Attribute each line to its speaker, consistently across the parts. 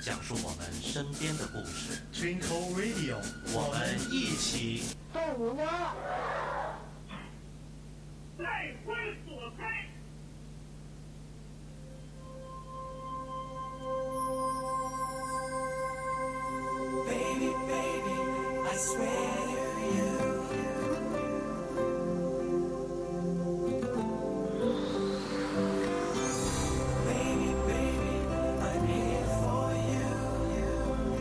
Speaker 1: 讲述我们身边的故事，
Speaker 2: Twinkle Radio，
Speaker 1: 我们一起
Speaker 3: 干你妈！
Speaker 4: 再婚所开。
Speaker 5: Baby, baby, I swear to you. Baby, baby, I'm here for you.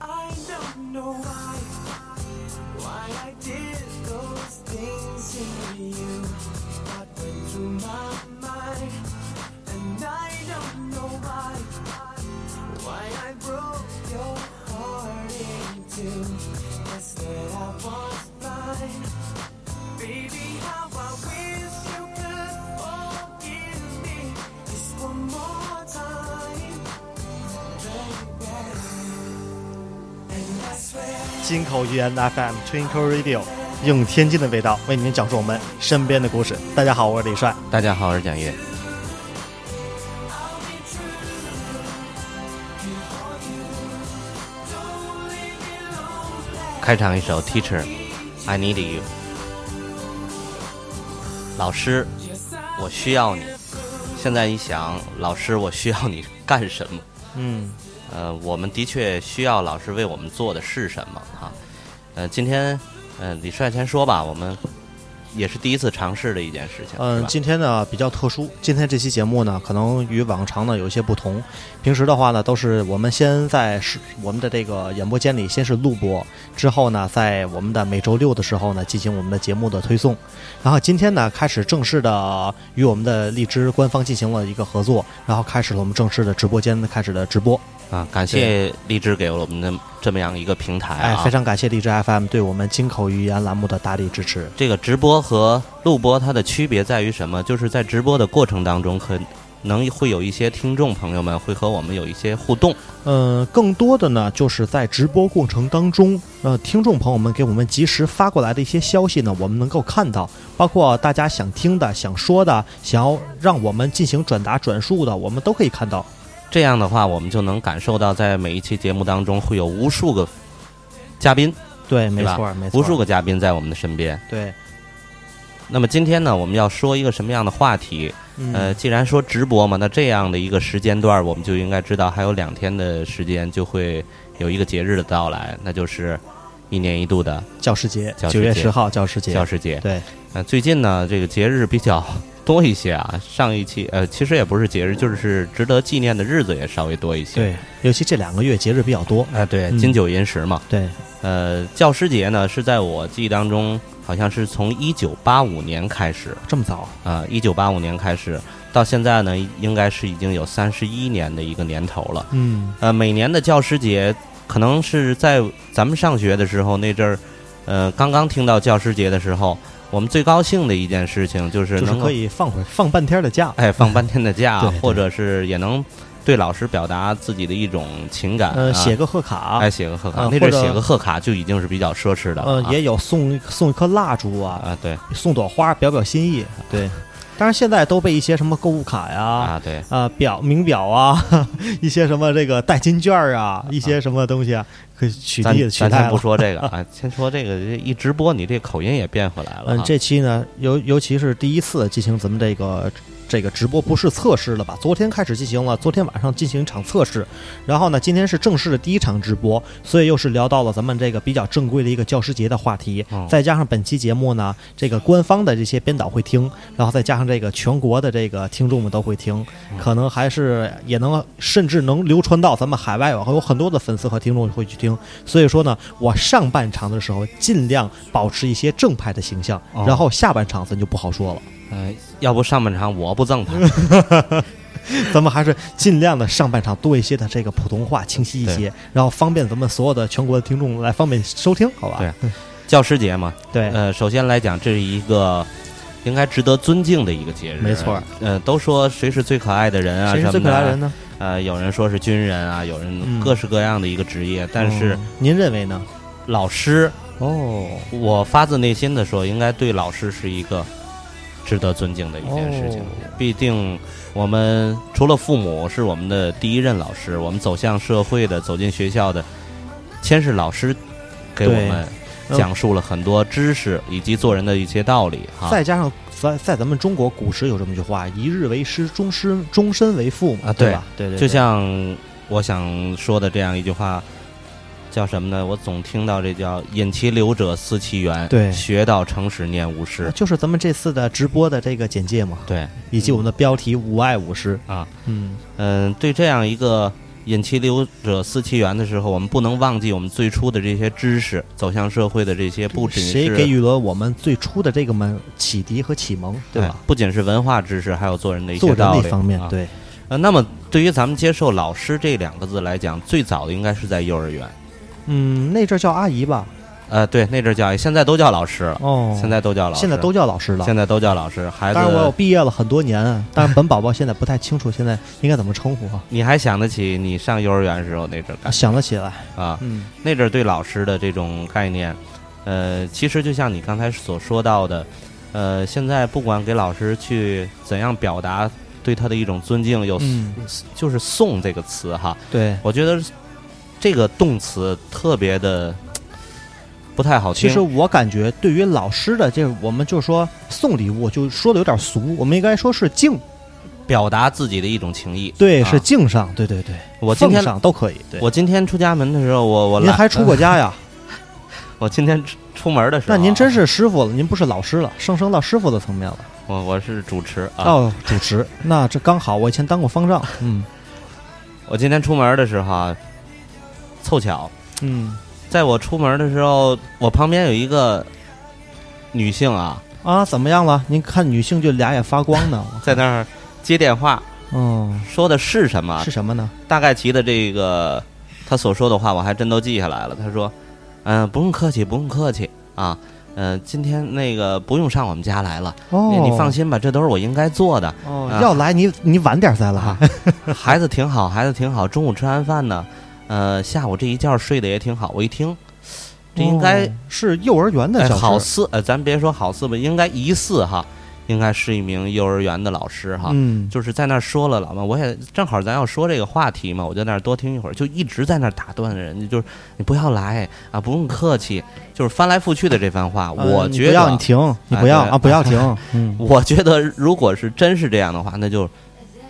Speaker 5: I don't know why, why I did those things to you. What went through my mind? And I don't know why Why I broke your heart in two Guess that I was blind Baby, how I wish you could forgive me Just one more time Baby And I swear
Speaker 2: 金口玉言 FM Twinkle Radio，用天津的味道为您讲述我们身边的故事。大家好，我是李帅。
Speaker 6: 大家好，我是蒋越。
Speaker 5: I'll be true for you Don't leave me lonely
Speaker 6: 开场一首《Teacher》，I Need You。老师，
Speaker 5: Yes,
Speaker 6: 我需要你。现在一想，老师，我需要你干什么？
Speaker 2: 嗯，
Speaker 6: 呃，我们的确需要老师为我们做的是什么哈、呃，今天，呃，李帅先说吧，我们也是第一次尝试的一件事情，
Speaker 2: 嗯，
Speaker 6: 是吧？
Speaker 2: 今天呢比较特殊，今天这期节目呢可能与往常呢有一些不同。平时的话呢，都是我们先在是我们的这个演播间里先是录播，之后呢在我们的每周六的时候呢进行我们的节目的推送。然后今天呢开始正式的与我们的荔枝官方进行了一个合作，然后开始了我们正式的直播间开始的直播。
Speaker 6: 啊，感谢荔枝给了我们的这么样一个平台
Speaker 2: 哎
Speaker 6: 啊，，
Speaker 2: 非常感谢荔枝 FM 对我们金口玉言栏目的大力支持。
Speaker 6: 这个直播和录播它的区别在于什么？就是在直播的过程当中，可能会有一些听众朋友们会和我们有一些互动。
Speaker 2: 嗯，更多的呢，就是在直播过程当中，呃，听众朋友们给我们及时发过来的一些消息呢，我们能够看到，包括大家想听的、想说的、想要让我们进行转达转述的，我们都可以看到。
Speaker 6: 这样的话，我们就能感受到，在每一期节目当中会有无数个嘉宾，
Speaker 2: 对，没
Speaker 6: 对吧
Speaker 2: 错，没错，
Speaker 6: 无数个嘉宾在我们的身边。
Speaker 2: 对，
Speaker 6: 那么今天呢，我们要说一个什么样的话题？
Speaker 2: 嗯，
Speaker 6: 呃，既然说直播嘛，那这样的一个时间段，我们就应该知道还有两天的时间就会有一个节日的到来，那就是一年一度的
Speaker 2: 教师节，
Speaker 6: 教师
Speaker 2: 九月
Speaker 6: 节
Speaker 2: 十号教师节，
Speaker 6: 教师节。
Speaker 2: 对，
Speaker 6: 呃，最近呢，这个节日比较多一些啊。上一期呃，其实也不是节日，就是值得纪念的日子也稍微多一些。，
Speaker 2: 对，尤其这两个月节日比较多。
Speaker 6: 啊、对，
Speaker 2: 嗯
Speaker 6: 金九银十嘛。
Speaker 2: 对，
Speaker 6: 呃，教师节呢是在我记忆当中，好像是从一九八五年开始
Speaker 2: 这么早，
Speaker 6: 啊，一九八五年开始到现在呢，应该是已经有三十一年的一个年头了。
Speaker 2: 嗯，
Speaker 6: 呃，每年的教师节，可能是在咱们上学的时候那阵儿，呃，刚刚听到教师节的时候，我们最高兴的一件事情就是
Speaker 2: 就是
Speaker 6: 能够
Speaker 2: 可以放会放半天的假。
Speaker 6: 哎放半天的假
Speaker 2: 对对，
Speaker 6: 或者是也能对老师表达自己的一种情感，
Speaker 2: 呃，
Speaker 6: 啊
Speaker 2: 写个贺卡，
Speaker 6: 哎写个贺卡，
Speaker 2: 呃
Speaker 6: 那阵
Speaker 2: 或者
Speaker 6: 儿写个贺卡就已经是比较奢侈的了
Speaker 2: 呃，
Speaker 6: 啊
Speaker 2: 也有送送一颗蜡烛啊，
Speaker 6: 啊对
Speaker 2: 送朵花表表心意。对，当然现在都被一些什么购物卡呀、啊、
Speaker 6: 啊对。
Speaker 2: 表名表啊， 一些什么这个代金券儿啊，一些什么东西啊，可以取
Speaker 6: 咱
Speaker 2: 缔取
Speaker 6: 咱
Speaker 2: 代
Speaker 6: 先不
Speaker 2: 了。
Speaker 6: 说这个啊，先说这个这一直播，你这口音也变回来了啊。
Speaker 2: 嗯，这期呢，尤尤其是第一次进行咱们这个这个直播，不是测试了吧？昨天开始进行了，昨天晚上进行一场测试，然后呢，今天是正式的第一场直播，所以又是聊到了咱们这个比较正规的一个教师节的话题。
Speaker 6: 哦
Speaker 2: 再加上本期节目呢，这个官方的这些编导会听，然后再加上这个全国的这个听众们都会听，
Speaker 6: 嗯
Speaker 2: 可能还是也能甚至能流传到咱们海外，有很多的粉丝和听众会去听。所以说呢，我上半场的时候尽量保持一些正派的形象，
Speaker 6: 哦
Speaker 2: 然后下半场咱就不好说了，
Speaker 6: 呃，要不上半场我不 赠他，
Speaker 2: 咱们还是尽量的上半场多一些的这个普通话清晰一些，然后方便咱们所有的全国的听众来方便收听，好吧？
Speaker 6: 对教师节嘛，
Speaker 2: 对
Speaker 6: 呃，首先来讲，这是一个应该值得尊敬的一个节日，
Speaker 2: 没错。
Speaker 6: 呃，都说谁是最可爱的人啊，
Speaker 2: 谁是最
Speaker 6: 什
Speaker 2: 可
Speaker 6: 么的
Speaker 2: 爱人呢？
Speaker 6: 呃，有人说是军人啊，有
Speaker 2: 嗯
Speaker 6: 人各式各样的一个职业，呃但是
Speaker 2: 嗯您认为呢？
Speaker 6: 老师，
Speaker 2: 哦，
Speaker 6: 我发自内心的说，应该对老师是一个值得尊敬的一件事情
Speaker 2: 哦。
Speaker 6: 毕竟，我们除了父母是我们的第一任老师，我们走向社会的、走进学校的，先是老师给我
Speaker 2: 对嗯
Speaker 6: 们讲述了很多知识以及做人的一些道理哈。
Speaker 2: 再加上在在咱们中国古时有这么一句话：“一日为师，终身终身为父嘛”，
Speaker 6: 啊
Speaker 2: 对
Speaker 6: 对
Speaker 2: 吧？对对，
Speaker 6: 就
Speaker 2: 对
Speaker 6: 像我想说的这样一句话，叫什么呢？我总听到这叫“饮其流者，思其源”，
Speaker 2: 对
Speaker 6: 学到诚实念无师，
Speaker 2: 就是咱们这次的直播的这个简介嘛，
Speaker 6: 对，
Speaker 2: 以及我们的标题“吾爱吾师”
Speaker 6: 啊，
Speaker 2: 嗯，
Speaker 6: 嗯，对这样一个“饮其流者，思其源”的时候，我们不能忘记我们最初的这些知识，走向社会的这些，不仅
Speaker 2: 谁
Speaker 6: 是哎
Speaker 2: 给予了我们最初的这个门启迪和启蒙，对
Speaker 6: 哎
Speaker 2: 吧？
Speaker 6: 不仅是文化知识，还有做人的一
Speaker 2: 做
Speaker 6: 些
Speaker 2: 人
Speaker 6: 道
Speaker 2: 那
Speaker 6: 理
Speaker 2: 方面，
Speaker 6: 啊
Speaker 2: 对，
Speaker 6: 呃，那么对于咱们接受“老师”这两个字来讲，最早的应该是在幼儿园。
Speaker 2: 嗯，那阵儿叫阿姨吧？
Speaker 6: 呃，对，那阵儿叫，现在都叫老师了，
Speaker 2: 哦，
Speaker 6: 现在都叫老师，
Speaker 2: 现在都叫老师了。
Speaker 6: 现在都叫老师。孩子
Speaker 2: 当，然，我有毕业了很多年，但是本宝宝现在不太清楚现在应该怎么称呼 啊，
Speaker 6: 你还想得起你上幼儿园时候那阵儿
Speaker 2: 啊
Speaker 6: 感
Speaker 2: 想得起来，
Speaker 6: 啊？
Speaker 2: 嗯，
Speaker 6: 那阵儿对老师的这种概念，呃，其实就像你刚才所说到的，呃，现在不管给老师去怎样表达对他的一种尊敬，有、
Speaker 2: 嗯
Speaker 6: 就是“送”这个词哈，
Speaker 2: 对。
Speaker 6: 我觉得这个动词特别的不太好
Speaker 2: 其
Speaker 6: 听。
Speaker 2: 实我感觉，对于老师的这，我们就是说送礼物，就说的有点俗，我们应该说是敬，
Speaker 6: 表达自己的一种情谊，
Speaker 2: 对，
Speaker 6: 啊
Speaker 2: 是敬上，对对对，
Speaker 6: 我今天
Speaker 2: 奉上都可以。对，
Speaker 6: 我今天出家门的时候，我我
Speaker 2: 您
Speaker 6: 来
Speaker 2: 还出过家 呀？
Speaker 6: 我今天出出门的时
Speaker 2: 那
Speaker 6: 候啊，
Speaker 2: 您真是师傅了，您不是老师了，上升到师傅的层面了。
Speaker 6: 我我是主持啊。
Speaker 2: 哦，主持，那这刚好，我以前当过方丈，嗯
Speaker 6: 我今天出门的时候啊，凑巧，
Speaker 2: 嗯
Speaker 6: 在我出门的时候，我旁边有一个女性啊，
Speaker 2: 啊，怎么样了？您看女性就俩眼发光呢，我
Speaker 6: 在那儿接电话，
Speaker 2: 嗯，
Speaker 6: 说的是什么啊
Speaker 2: 是？什么呢？
Speaker 6: 大概其的这个她所说的话，我还真都记下来了。她说：“嗯、不用客气，不用客气啊，嗯、今天那个不用上我们家来了，
Speaker 2: 哦
Speaker 6: 你你放，心吧，这都是我应该 做的。
Speaker 2: 哦
Speaker 6: 啊，
Speaker 2: 要来你你晚点再来
Speaker 6: 啊，孩子挺好，孩子挺好，中午吃完饭呢，呃，下午这一觉睡得也挺好。我一听，这应该、
Speaker 2: 哦是幼儿园的
Speaker 6: 哎
Speaker 2: 小
Speaker 6: 好
Speaker 2: 师
Speaker 6: 似呃，咱别说好似吧，应该疑似哈，应该是一名幼儿园的老师哈。
Speaker 2: 嗯，
Speaker 6: 就是在那儿说了，老嘛，我也正好咱要说这个话题嘛，我就在那儿多听一会儿，就一直在那儿打断人家，就是你不要来啊，不用客气，就是翻来覆去的这番话，
Speaker 2: 呃
Speaker 6: 我
Speaker 2: 你
Speaker 6: 觉
Speaker 2: 不
Speaker 6: 得
Speaker 2: 要你停，你
Speaker 6: 哎
Speaker 2: 不要
Speaker 6: 对
Speaker 2: 啊，不要停， 嗯，
Speaker 6: 我觉得如果是真是这样的话，那就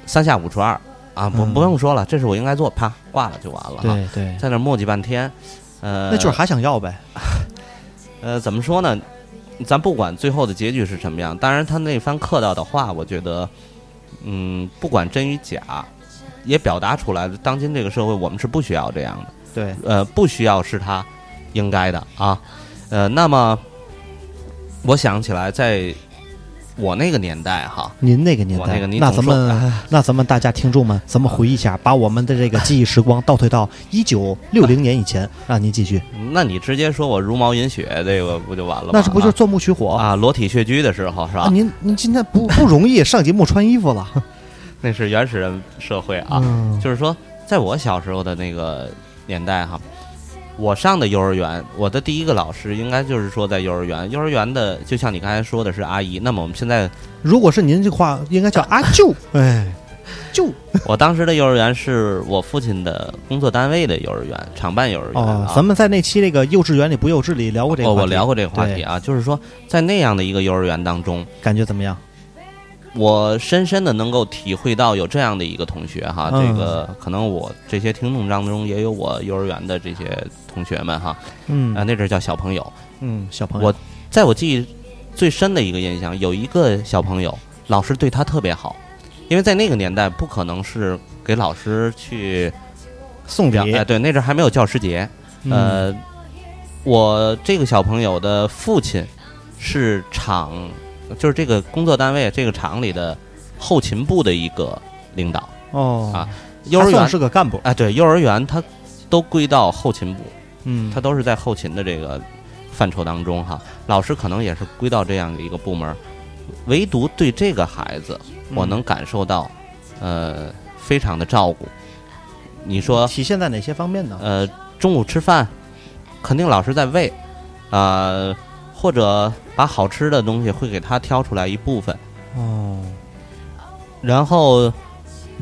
Speaker 6: 三下五除二啊，不、
Speaker 2: 嗯
Speaker 6: 不用说了，这是我应该做，啪挂了就完了、啊。
Speaker 2: 对对，
Speaker 6: 在那儿磨叽半天，呃，
Speaker 2: 那就是还想要呗，
Speaker 6: 呃，怎么说呢？咱不管最后的结局是什么样，当然他那番客套的话，我觉得，嗯，不管真与假，也表达出来了。当今这个社会，我们是不需要这样的。
Speaker 2: 对，
Speaker 6: 呃，不需要是他应该的啊。呃，那么我想起来，在我那个年代哈，
Speaker 2: 您那个年
Speaker 6: 我
Speaker 2: 代，
Speaker 6: 那个你
Speaker 2: 那
Speaker 6: 总
Speaker 2: 咱
Speaker 6: 说
Speaker 2: 们那咱们大家听众们，咱们回忆一下，把我们的这个记忆时光倒退到一九六零年以前，让您继续，
Speaker 6: 那你直接说我茹毛饮血，这个不就完了吗？
Speaker 2: 那这不就是
Speaker 6: 啊
Speaker 2: 钻木取火？
Speaker 6: 啊裸体血居的时候是吧？
Speaker 2: 啊您您今天不不容易上节目穿衣服了
Speaker 6: 那是原始人社会啊，
Speaker 2: 嗯
Speaker 6: 就是说，在我小时候的那个年代哈。我上的幼儿园，我的第一个老师应该就是说在幼儿园。幼儿园的，就像你刚才说的是阿姨。那么我们现在
Speaker 2: 如果是您这话，应该叫阿舅， 哎，舅
Speaker 6: 我当时的幼儿园是我父亲的工作单位的幼儿园，厂办幼儿园、啊
Speaker 2: 哦，咱们在那期那个幼稚园里不幼稚里哦聊过这个
Speaker 6: 我
Speaker 2: 话题，
Speaker 6: 我聊过这个话题
Speaker 2: 对，
Speaker 6: 啊，就是说在那样的一个幼儿园当中，
Speaker 2: 感觉怎么样？
Speaker 6: 我深深的能够体会到有这样的一个同学哈，
Speaker 2: 嗯
Speaker 6: 这个可能我这些听众当中也有我幼儿园的这些同学们哈，啊、
Speaker 2: 嗯
Speaker 6: 那阵儿叫小朋友，
Speaker 2: 嗯，小朋友，
Speaker 6: 我在我记忆最深的一个印象，有一个小朋友，老师对他特别好，因为在那个年代不可能是给老师去
Speaker 2: 送
Speaker 6: 表，
Speaker 2: 礼，
Speaker 6: 哎，对，那阵儿还没有教师节，
Speaker 2: 嗯，
Speaker 6: 呃，我这个小朋友的父亲是厂，就是这个工作单位这个厂里的后勤部的一个领导。
Speaker 2: 哦
Speaker 6: 啊，幼儿
Speaker 2: 他算
Speaker 6: 园
Speaker 2: 是个干部，
Speaker 6: 哎，对，幼儿园他都归到后勤部，
Speaker 2: 嗯，
Speaker 6: 他都是在后勤的这个范畴当中哈。老师可能也是归到这样的一个部门儿，唯独对这个孩子，
Speaker 2: 嗯
Speaker 6: 我能感受到，呃，非常的照顾。你说
Speaker 2: 体现在哪些方面呢？
Speaker 6: 呃，中午吃饭，肯定老师在喂，呃，或者把好吃的东西会给他挑出来一部分，哦，然后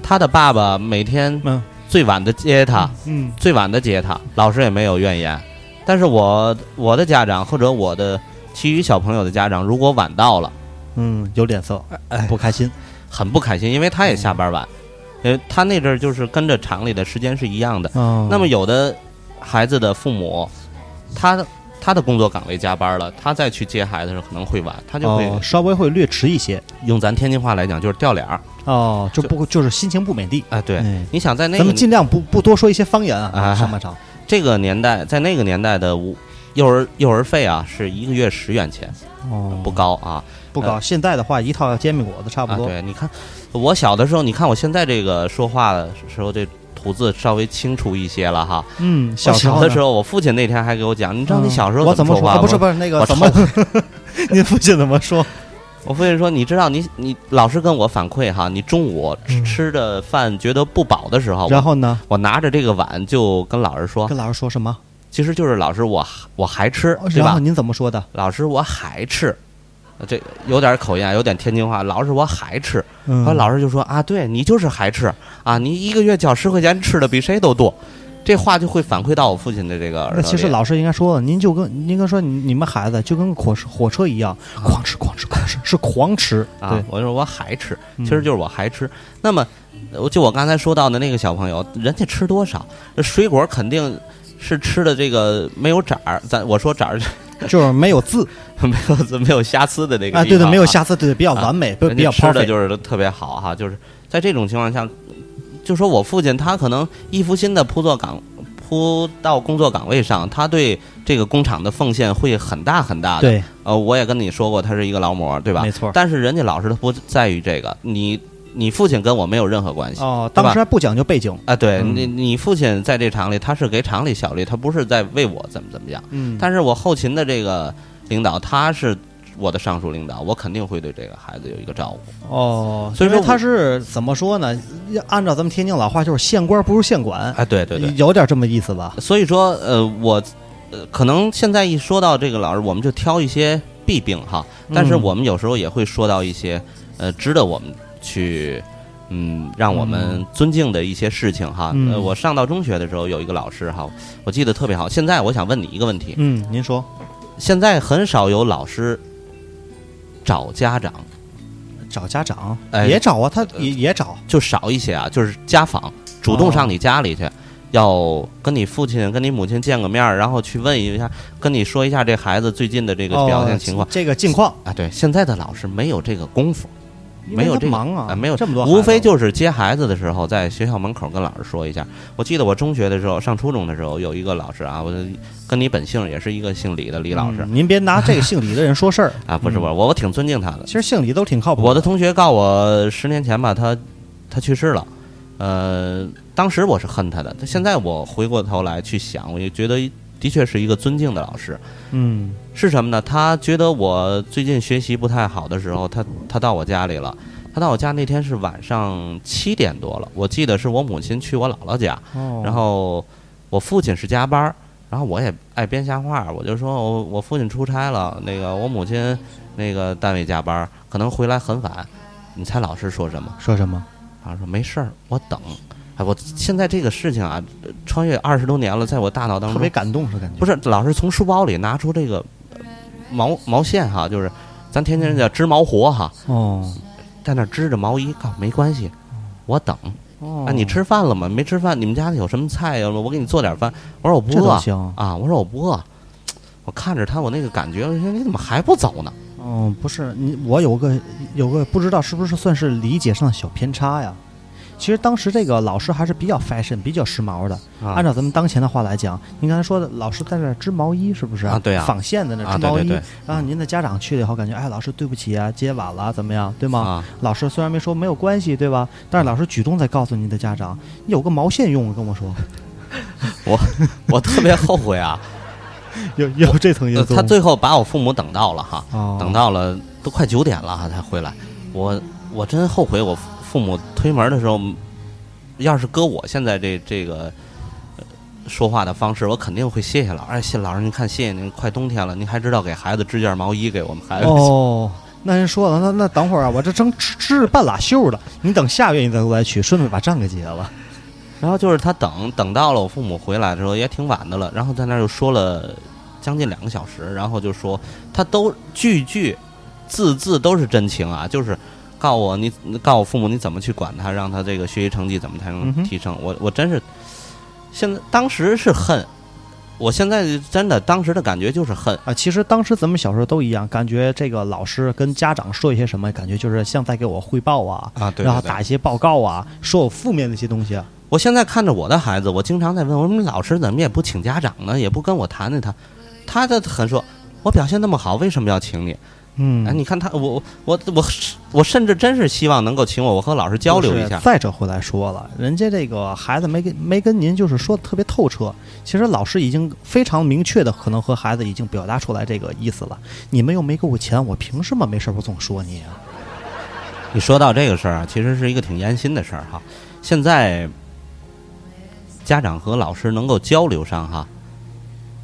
Speaker 6: 他的爸爸每天
Speaker 2: 嗯
Speaker 6: 最晚的接他，
Speaker 2: 嗯
Speaker 6: 最晚的接他，老师也没有怨言。但是我我的家长或者我的其余小朋友的家长，如果晚到了，
Speaker 2: 嗯，有脸色，
Speaker 6: 哎
Speaker 2: 不开心。
Speaker 6: 很不开心，因为他也下班晚，因为他那阵儿就是跟着厂里的时间是一样的。
Speaker 2: 嗯，
Speaker 6: 哦那么有的孩子的父母，他他的工作岗位加班了，他再去接孩子的时候可能会晚，他就会
Speaker 2: 哦，稍微会略迟一些
Speaker 6: 用咱天津话来讲就是掉脸儿。
Speaker 2: 哦，就不就是心情不美丽。
Speaker 6: 哎，对，
Speaker 2: 哎
Speaker 6: 你想在那
Speaker 2: 咱
Speaker 6: 个
Speaker 2: 们尽量不不多说一些方言啊，
Speaker 6: 啊
Speaker 2: 上半场
Speaker 6: 这个年代，在那个年代的五幼儿幼儿费啊，是一个月十元钱，
Speaker 2: 哦
Speaker 6: 不高啊。
Speaker 2: 不搞。现在的话，一套煎饼果子差不
Speaker 6: 啊。
Speaker 2: 多。
Speaker 6: 对，你看我小的时候，你看我现在这个说话的时候，这吐字稍微清楚一些了哈。
Speaker 2: 嗯，
Speaker 6: 我
Speaker 2: 时候
Speaker 6: 的
Speaker 2: 呢
Speaker 6: 时候，我父亲那天还给我讲，你知道你小时候
Speaker 2: 我怎
Speaker 6: 么
Speaker 2: 说？
Speaker 6: 话
Speaker 2: 啊
Speaker 6: 吗？
Speaker 2: 不是不是那个
Speaker 6: 我
Speaker 2: 怎么？ 您父亲怎么说？
Speaker 6: 我父亲说，你知道你你老师跟我反馈哈，你中午吃吃着饭觉得不饱的时候，
Speaker 2: 然后呢？
Speaker 6: 我拿着这个碗就跟老师说
Speaker 2: 跟，老师说什么？
Speaker 6: 其实就是老师我还我还吃，对
Speaker 2: 哦然后
Speaker 6: 吧？
Speaker 2: 您怎么说的？
Speaker 6: 老师我还吃，这有点口音啊，有点天津话。老师我还吃，
Speaker 2: 嗯
Speaker 6: 后来老师就说啊，对你就是还吃啊，你一个月交十块钱吃的比谁都多，这话就会反馈到我父亲的这个耳朵
Speaker 2: 那
Speaker 6: 里。
Speaker 2: 其实老师应该说了，您就跟您跟说你你们孩子就跟火车火车一样，狂吃狂吃狂吃，是狂吃。
Speaker 6: 啊
Speaker 2: 对，，
Speaker 6: 我就说我还吃，
Speaker 2: 嗯
Speaker 6: 其实就是我还吃。那么，呃就我刚才说到的那个小朋友，人家吃多少？这水果肯定是吃的这个没有渣儿，咱我说渣儿
Speaker 2: 就是没有字
Speaker 6: 没有没有瑕疵的那个
Speaker 2: 啊，对
Speaker 6: 地
Speaker 2: 对，
Speaker 6: 方
Speaker 2: 没有
Speaker 6: 啊
Speaker 2: 瑕疵，对，比较
Speaker 6: 啊
Speaker 2: 完美，比
Speaker 6: 人
Speaker 2: 比
Speaker 6: 家
Speaker 2: 较
Speaker 6: 吃的
Speaker 2: perfect。
Speaker 6: 就是特别好哈，就是在这种情况下，就说我父亲他可能一夫新的扑作岗扑到工作岗位上，他对这个工厂的奉献会很大很大的。，
Speaker 2: 对，
Speaker 6: 呃，我也跟你说过，他是一个劳模，对吧？
Speaker 2: 没错
Speaker 6: 但是人家老师他不在于这个，你你父亲跟我没有任何关系。
Speaker 2: 哦，
Speaker 6: 对吧
Speaker 2: 当时还不讲究背景，
Speaker 6: 啊，对、
Speaker 2: 嗯
Speaker 6: 你，你父亲在这厂里，他是给厂里效力，他不是在为我怎么怎么样。
Speaker 2: 嗯，
Speaker 6: 但是我后勤的这个领导，他是我的上属领导，我肯定会对这个孩子有一个照顾。
Speaker 2: 哦，
Speaker 6: 所以说
Speaker 2: 因为他
Speaker 6: 我
Speaker 2: 是怎么说呢？要按照咱们天津老话，就是县官不如县管，
Speaker 6: 哎，对对对，
Speaker 2: 有点这么意思吧？
Speaker 6: 所以说，呃，我呃，可能现在一说到这个老师，我们就挑一些弊病哈，但是
Speaker 2: 嗯
Speaker 6: 我们有时候也会说到一些呃，值得我们去嗯，让我们尊敬的一些事情哈。
Speaker 2: 嗯
Speaker 6: 呃，我上到中学的时候有一个老师哈，我记得特别好。现在我想问你一个问题，
Speaker 2: 嗯，您说
Speaker 6: 现在很少有老师找家长，
Speaker 2: 找家长
Speaker 6: 哎
Speaker 2: 也找啊，他也也找，
Speaker 6: 就少一些啊，就是家访，主动上你家里去，要跟你父亲、跟你母亲见个面儿，然后去问一下，跟你说一下这孩子最近的这个表现情况、
Speaker 2: 哦这个近况，
Speaker 6: 啊。对，现在的老师没有这个功夫，
Speaker 2: 因为
Speaker 6: 没有
Speaker 2: 他
Speaker 6: 这个
Speaker 2: 忙啊
Speaker 6: 没有
Speaker 2: 这么多孩子
Speaker 6: 无非就是接孩子的时候，在学校门口跟老师说一下。我记得我中学的时候，上初中的时候，有一个老师啊，我跟你本姓也是一个姓李的李老师、
Speaker 2: 嗯您别拿这个姓李的人说事儿
Speaker 6: 啊，不是我，我我挺尊敬他的
Speaker 2: 其。实姓李都挺靠谱。
Speaker 6: 哦我的同学告我十年前吧，他他去世了，呃，当时我是恨他的，但现在我回过头来去想，我就觉得的确是一个尊敬的老师。
Speaker 2: 嗯，
Speaker 6: 是什么呢？他觉得我最近学习不太好的时候，他他到我家里了。他到我家那天是晚上七点多了，我记得是我母亲去我姥姥家，
Speaker 2: 哦
Speaker 6: 然后我父亲是加班儿，然后我也爱编瞎话儿，我就说我我父亲出差了，那个我母亲那个单位加班儿，可能回来很晚。你猜老师说什么？
Speaker 2: 说什么？
Speaker 6: 老师说没事儿，我等。哎，我现在这个事情啊，呃穿越二十多年了，在我大脑当
Speaker 2: 特
Speaker 6: 中
Speaker 2: 别感动是感觉
Speaker 6: 不是老师从书包里拿出这个呃毛毛线哈，就是咱天津人叫织毛活哈，
Speaker 2: 哦
Speaker 6: 在那儿织着毛衣，告诉没关系，我等。
Speaker 2: 哦
Speaker 6: 啊，你吃饭了吗？没吃饭，你们家里有什么菜呀、我给你做点饭。我说我不
Speaker 2: 这
Speaker 6: 饿
Speaker 2: 都行
Speaker 6: 啊，我说我不饿。我看着他，我那个感觉，我说你怎么还不走呢？
Speaker 2: 哦，不是你，我有个有个不知道是不是算是理解上的小偏差呀。其实当时这个老师还是比较 fashion、比较时髦的。
Speaker 6: 啊
Speaker 2: 按照咱们当前的话来讲，您刚才说的老师在那儿织毛衣，是不是
Speaker 6: 啊对啊
Speaker 2: 纺线在那儿
Speaker 6: 啊
Speaker 2: 织
Speaker 6: 对
Speaker 2: 毛
Speaker 6: 对
Speaker 2: 衣。
Speaker 6: 对
Speaker 2: 然后您的家长去了以后，感觉哎，老师对不起啊，接晚了，怎么样，对吗？
Speaker 6: 啊
Speaker 2: 老师虽然没说没有关系，对吧？但是老师举重在告诉您的家长，你有个毛线用啊，跟我说，
Speaker 6: 我我特别后悔 啊！
Speaker 2: 有有这层因
Speaker 6: 呃
Speaker 2: 素。
Speaker 6: 他最后把我父母等到了哈，
Speaker 2: 哦
Speaker 6: 等到了都快九点了哈才回来。我我真后悔，我父父母推门的时候，要是搁我现在这这个呃说话的方式，我肯定会谢谢老师。哎，谢老师，您看，谢谢您，快冬天了，您还知道给孩子织件毛衣给我们孩子。
Speaker 2: 哦，那人说了，那那等会儿啊，我这正吃吃半拉袖了，你等下月你再过来取，顺便把账给结了。
Speaker 6: 然后就是他等等到了我父母回来的时候也挺晚的了，然后在那儿又说了将近两个小时，然后就说他都句句字字都是真情啊，就是告我你你告我父母你怎么去管他，让他这个学习成绩怎么才
Speaker 2: 嗯
Speaker 6: 能
Speaker 2: 哼
Speaker 6: 提升。我我真是现在当时是恨，我现在真的当时的感觉就是恨。
Speaker 2: 啊，其实当时咱们小时候都一样，感觉这个老师跟家长说一些什么，感觉就是像在给我汇报啊，
Speaker 6: 啊，对
Speaker 2: 然后打一些报告啊，说我负面的一些东西。啊。
Speaker 6: 我现在看着我的孩子，我经常在问，我说你老师怎么也不请家长呢，也不跟我谈谈他，他的很说，我表现那么好，为什么要请你？哎，
Speaker 2: 嗯，
Speaker 6: 你看他，我我我我我甚至真是希望能够请我，我和老师交流一
Speaker 2: 就是
Speaker 6: 下。
Speaker 2: 再者回来说了，人家这个孩子没跟没跟您就是说的特别透彻，其实老师已经非常明确的可能和孩子已经表达出来这个意思了。你们又没给我钱，我凭什么没事儿我总说你啊？
Speaker 6: 你说到这个事儿啊，其实是一个挺严心的事儿哈。现在家长和老师能够交流上哈，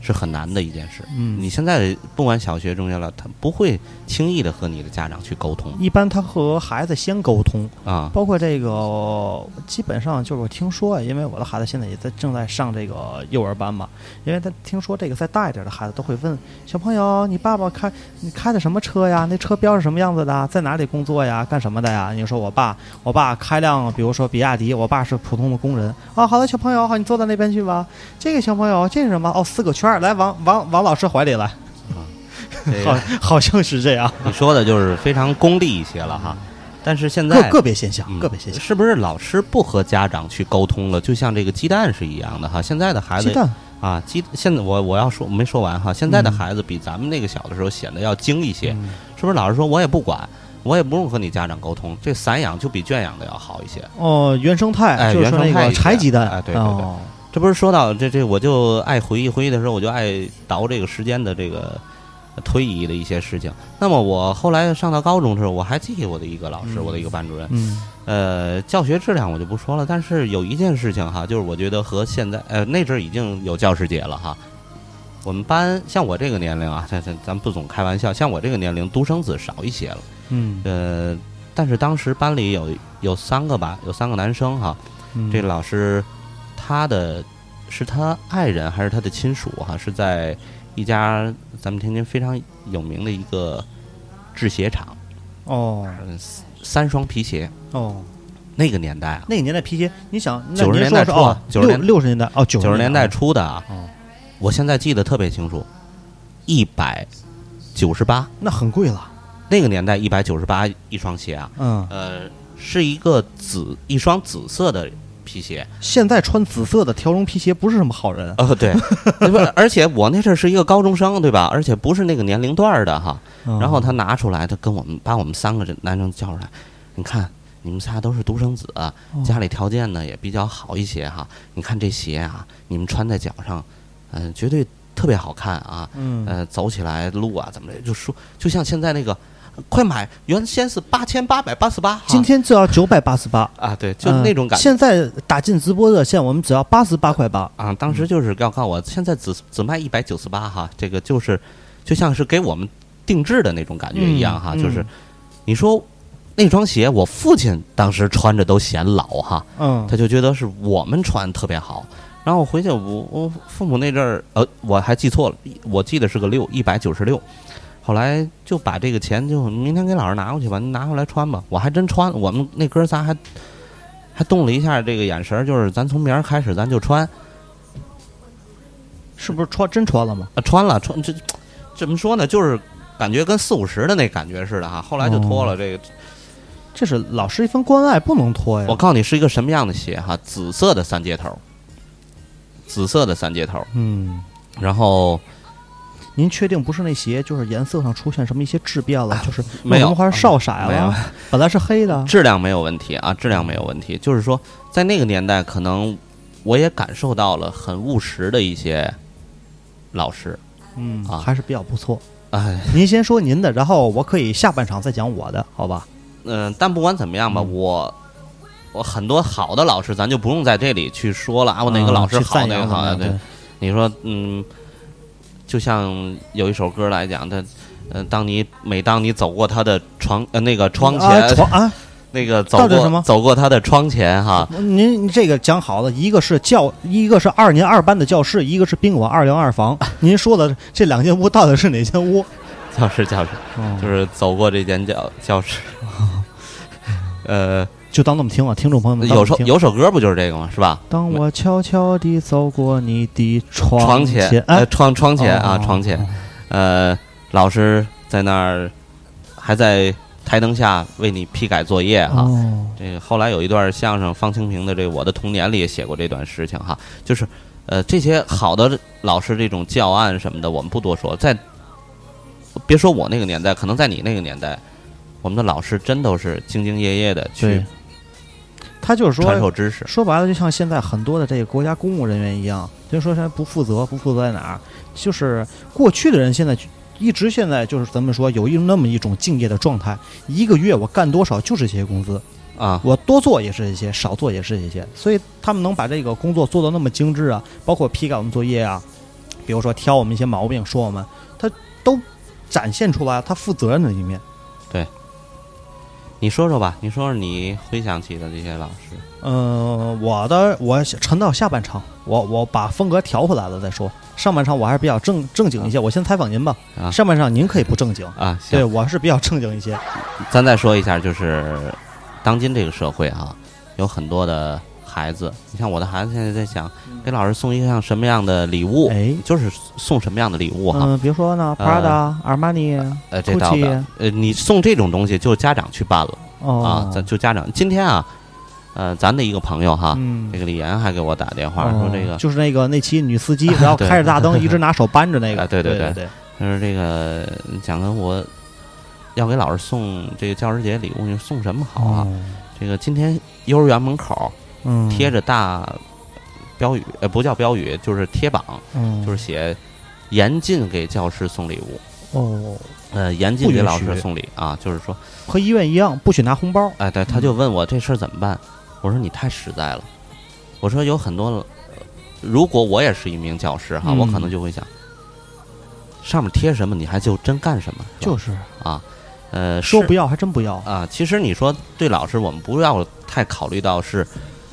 Speaker 6: 是很难的一件事。
Speaker 2: 嗯
Speaker 6: 你现在不管小学、中学了，他不会轻易的和你的家长去沟通
Speaker 2: 一般他和孩子先沟通，
Speaker 6: 啊。
Speaker 2: 包括这个，基本上就是我听说，啊因为我的孩子现在也在正在上这个幼儿班嘛，因为他听说这个再大一点的孩子都会问小朋友，你爸爸开你开的什么车呀？那车标是什么样子的？啊在哪里工作呀？干什么的呀？你说我爸，我爸开辆比如说比亚迪，我爸是普通的工人啊。好的，小朋友，好，你坐到那边去吧。这个小朋友，这是什么？哦，四个圈儿，来往往往老师怀里来，
Speaker 6: 这
Speaker 2: 好
Speaker 6: 个
Speaker 2: 好像是这样，
Speaker 6: 你说的就是非常功利一些了哈。但是现
Speaker 2: 个
Speaker 6: 在
Speaker 2: 个别现象，
Speaker 6: 嗯
Speaker 2: 个别现象。
Speaker 6: 是不是老师不和家长去沟通了？就像这个鸡蛋是一样的哈。现在的孩子
Speaker 2: 鸡蛋，
Speaker 6: 啊，鸡现在我我要说我没说完哈，现在的
Speaker 2: 嗯
Speaker 6: 孩子比咱们那个小的时候显得要精一些，
Speaker 2: 嗯
Speaker 6: 是不是？老师说我也不管，我也不用和你家长沟通，这散养就比圈养的要好一些。
Speaker 2: 哦，原生态，
Speaker 6: 哎
Speaker 2: 就是说
Speaker 6: 原
Speaker 2: 那
Speaker 6: 生态
Speaker 2: 个
Speaker 6: 一些
Speaker 2: 柴鸡蛋，
Speaker 6: 哎对对对
Speaker 2: 哦
Speaker 6: 这不是说到这这，我就爱回忆回忆的时候，我就爱倒这个时间的这个推移的一些事情。那么我后来上到高中的时候，我还记得我的一个老师，
Speaker 2: 嗯
Speaker 6: 我的一个班主任，
Speaker 2: 嗯
Speaker 6: 呃，教学质量我就不说了，但是有一件事情哈，就是我觉得和现在呃那阵儿已经有教师节了哈。我们班像我这个年龄啊， 咱咱咱不总开玩笑，像我这个年龄独生子少一些了。
Speaker 2: 嗯，
Speaker 6: 呃，但是当时班里有有三个吧，有三个男生哈。
Speaker 2: 嗯
Speaker 6: 这个老师他的是他爱人还是他的亲属哈、是在一家咱们天津非常有名的一个制鞋厂，
Speaker 2: 哦
Speaker 6: 嗯，三双皮鞋。
Speaker 2: 哦，
Speaker 6: 那个年代啊，
Speaker 2: 那个年代皮鞋，你想那
Speaker 6: 90
Speaker 2: 您
Speaker 6: 年
Speaker 2: 说
Speaker 6: 代
Speaker 2: 是
Speaker 6: 初
Speaker 2: 哦
Speaker 6: 啊，90
Speaker 2: 六
Speaker 6: 年
Speaker 2: 六十年代哦，九
Speaker 6: 九十年代
Speaker 2: 代
Speaker 6: 初的啊
Speaker 2: 哦，
Speaker 6: 我现在记得特别清楚，一百九十八，
Speaker 2: 那很贵了，
Speaker 6: 那个年代一百九十八一双鞋啊，
Speaker 2: 嗯，
Speaker 6: 呃，是一个紫一双紫色的皮鞋，
Speaker 2: 现在穿紫色的条绒皮鞋不是什么好人，
Speaker 6: 哦， 对，不，而且我那阵儿是一个高中生，对吧？而且不是那个年龄段儿的哈。
Speaker 2: 嗯
Speaker 6: 然后他拿出来，他跟我们把我们三个这男生叫出来，你看你们仨都是独生子啊、
Speaker 2: 哦
Speaker 6: 家里条件呢也比较好一些哈。你看这鞋啊，你们穿在脚上，嗯、绝对特别好看啊。
Speaker 2: 嗯
Speaker 6: 呃，走起来路啊，怎么的，就说就像现在那个，呃快买，原先是八千八百八十八，
Speaker 2: 今天就要九百八十八，
Speaker 6: 啊，对，就
Speaker 2: 嗯
Speaker 6: 那种感觉。
Speaker 2: 现在打进直播热线，我们只要八十八块八，
Speaker 6: 啊，当时就是要告诉我，现在只只卖一百九十八哈，这个就是就像是给我们定制的那种感觉一样哈，
Speaker 2: 嗯
Speaker 6: 就是你说那双鞋，我父亲当时穿着都显老哈，
Speaker 2: 嗯
Speaker 6: 他就觉得是我们穿特别好。然后我回去，我我父母那阵儿，呃，我还记错了，我记得是个六，一百九十六。后来就把这个钱就明天给老师拿过去吧，你拿回来穿吧。我还真穿，我们那哥仨还还动了一下这个眼神儿，就是咱从明儿开始咱就穿。
Speaker 2: 是不是穿真穿了吗？
Speaker 6: 啊，穿了穿这怎么说呢？就是感觉跟四五十的那感觉似的哈。后来就脱了这个，
Speaker 2: 这是老师一份关爱，不能脱呀
Speaker 6: 我。告诉你是一个什么样的鞋哈，紫色的三接头，紫色的三接头，
Speaker 2: 嗯，
Speaker 6: 然后
Speaker 2: 您确定不是那鞋，就是颜色上出现什么一些质变了，就是
Speaker 6: 啊没有
Speaker 2: 弄得花儿少色
Speaker 6: 没
Speaker 2: 了
Speaker 6: 有，
Speaker 2: 本来是黑的，
Speaker 6: 质量没有问题啊，质量没有问题。就是说，在那个年代，可能我也感受到了很务实的一些老师，
Speaker 2: 嗯
Speaker 6: 啊
Speaker 2: 还是比较不错。
Speaker 6: 哎，
Speaker 2: 您先说您的，然后我可以下半场再讲我的，好吧？
Speaker 6: 嗯、但不管怎么样吧，
Speaker 2: 嗯
Speaker 6: 我我很多好的老师，咱就不用在这里去说了啊，我哪个
Speaker 2: 嗯
Speaker 6: 老师
Speaker 2: 去
Speaker 6: 好，
Speaker 2: 赞
Speaker 6: 哪个
Speaker 2: 扬
Speaker 6: 好
Speaker 2: 他
Speaker 6: 啊？
Speaker 2: 们
Speaker 6: 对，你说，嗯，就像有一首歌来讲，它嗯，当你每当你走过他的床呃那个窗前，
Speaker 2: 啊床 啊，
Speaker 6: 那个走
Speaker 2: 到底是什么
Speaker 6: 过走过他的窗前哈，
Speaker 2: 您您这个讲好了，一个是教，一个是二年二班的教室，一个是宾馆二零二 房。您说的这两间屋到底是哪间屋？
Speaker 6: 教室教室
Speaker 2: 哦
Speaker 6: 就是走过这间教教室，呃，
Speaker 2: 就当这么听啊，听众朋友们，当
Speaker 6: 有
Speaker 2: 这
Speaker 6: 首
Speaker 2: 么听
Speaker 6: 有首歌不就是这个吗？是吧？
Speaker 2: 当我悄悄地走过你的床
Speaker 6: 床前
Speaker 2: 前，
Speaker 6: 呃
Speaker 2: 哎，
Speaker 6: 窗窗前啊
Speaker 2: 哦
Speaker 6: 窗前，呃，老师在那儿还在台灯下为你批改作业哈。
Speaker 2: 哦，
Speaker 6: 这个后来有一段相声，方清平的这《我的童年》里也写过这段事情哈，就是，呃，这些好的老师这种教案什么的，我们不多说，在，别说我那个年代，可能在你那个年代，我们的老师真都是兢兢业业的去
Speaker 2: 对，他就是
Speaker 6: 传授
Speaker 2: 说，
Speaker 6: 知识，
Speaker 2: 说白了，就像现在很多的这个国家公务人员一样，就说现在不负责，不负责在哪儿？就是过去的人现在。一直现在就是咱们说有一那么一种敬业的状态，一个月我干多少就是这些工资，
Speaker 6: 啊，
Speaker 2: 我多做也是一些，少做也是一些，所以他们能把这个工作做到那么精致啊，包括批改我们作业啊，比如说挑我们一些毛病，说我们，他都展现出来他负责任的一面。
Speaker 6: 你说说吧，你说说你回想起的这些老师，
Speaker 2: 嗯，我的我沉到下半场，我我把风格调回来了再说。上半场我还是比较正正经一些，我先采访您吧。
Speaker 6: 啊
Speaker 2: 上半场您可以不正经，
Speaker 6: 啊，
Speaker 2: 对
Speaker 6: 行，
Speaker 2: 我是比较正经一些。
Speaker 6: 咱再说一下，就是当今这个社会啊，有很多的孩子，你看我的孩子现在在想，给老师送一项什么样的礼物，
Speaker 2: 嗯哎，
Speaker 6: 就是送什么样的礼物哈，
Speaker 2: 嗯，比如说呢，Prada、阿啊玛尼，
Speaker 6: 呃，这倒的
Speaker 2: Gucci，
Speaker 6: 呃，你送这种东西就家长去办了、啊
Speaker 2: 哦，，
Speaker 6: 咱就家长。今天啊，呃，咱的一个朋友哈，
Speaker 2: 嗯哦
Speaker 6: 这，个李岩还给我打电话、说这个，
Speaker 2: 就是那个那期女 司机，然后
Speaker 6: 对
Speaker 2: 开着大灯，一直拿手扳着那个，
Speaker 6: 啊对
Speaker 2: 对
Speaker 6: 对
Speaker 2: 对，
Speaker 6: 他说这个讲的我要给老师送这个教师节礼物，你说送什么好啊？
Speaker 2: 哦，
Speaker 6: 这个今天幼儿园门口
Speaker 2: 嗯，
Speaker 6: 贴着大标语，呃，不叫标语，就是贴榜，
Speaker 2: 嗯，
Speaker 6: 就是写严禁给教师送礼物，
Speaker 2: 哦，
Speaker 6: 呃，严禁
Speaker 2: 不
Speaker 6: 给
Speaker 2: 允
Speaker 6: 老
Speaker 2: 许
Speaker 6: 师送礼啊，就是说。
Speaker 2: 和医院一样，不许拿红包，
Speaker 6: 哎，对，他就问我这事儿怎么办，我说你太实在了，我说有很多，呃如果我也是一名教师哈，
Speaker 2: 嗯
Speaker 6: 我可能就会想，上面贴什么你还就真干什么，是吧
Speaker 2: 就是
Speaker 6: 啊，呃，
Speaker 2: 说
Speaker 6: 是
Speaker 2: 不要还真不要，
Speaker 6: 啊，其实你说对老师，我们不要太考虑到是，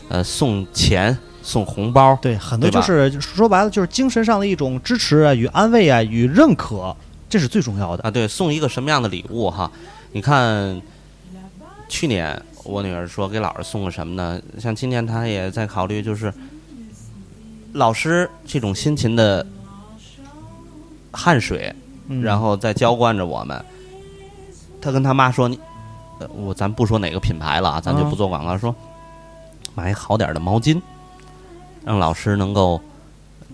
Speaker 6: 呃，送钱送红包，
Speaker 2: 对，很多
Speaker 6: 对
Speaker 2: 就
Speaker 6: 吧
Speaker 2: 是说白了就是精神上的一种支持啊，与安慰啊，与认可，这是最重要的。
Speaker 6: 啊，对，送一个什么样的礼物哈？你看，去年我女儿说给老师送个什么呢？像今年她也在考虑，就是老师这种辛勤的汗水，
Speaker 2: 嗯
Speaker 6: 然后再浇灌着我们。她跟她妈说：“你，呃我咱不说哪个品牌了啊，咱就
Speaker 2: 啊
Speaker 6: 不做广告，说买一好点儿的毛巾，让老师能够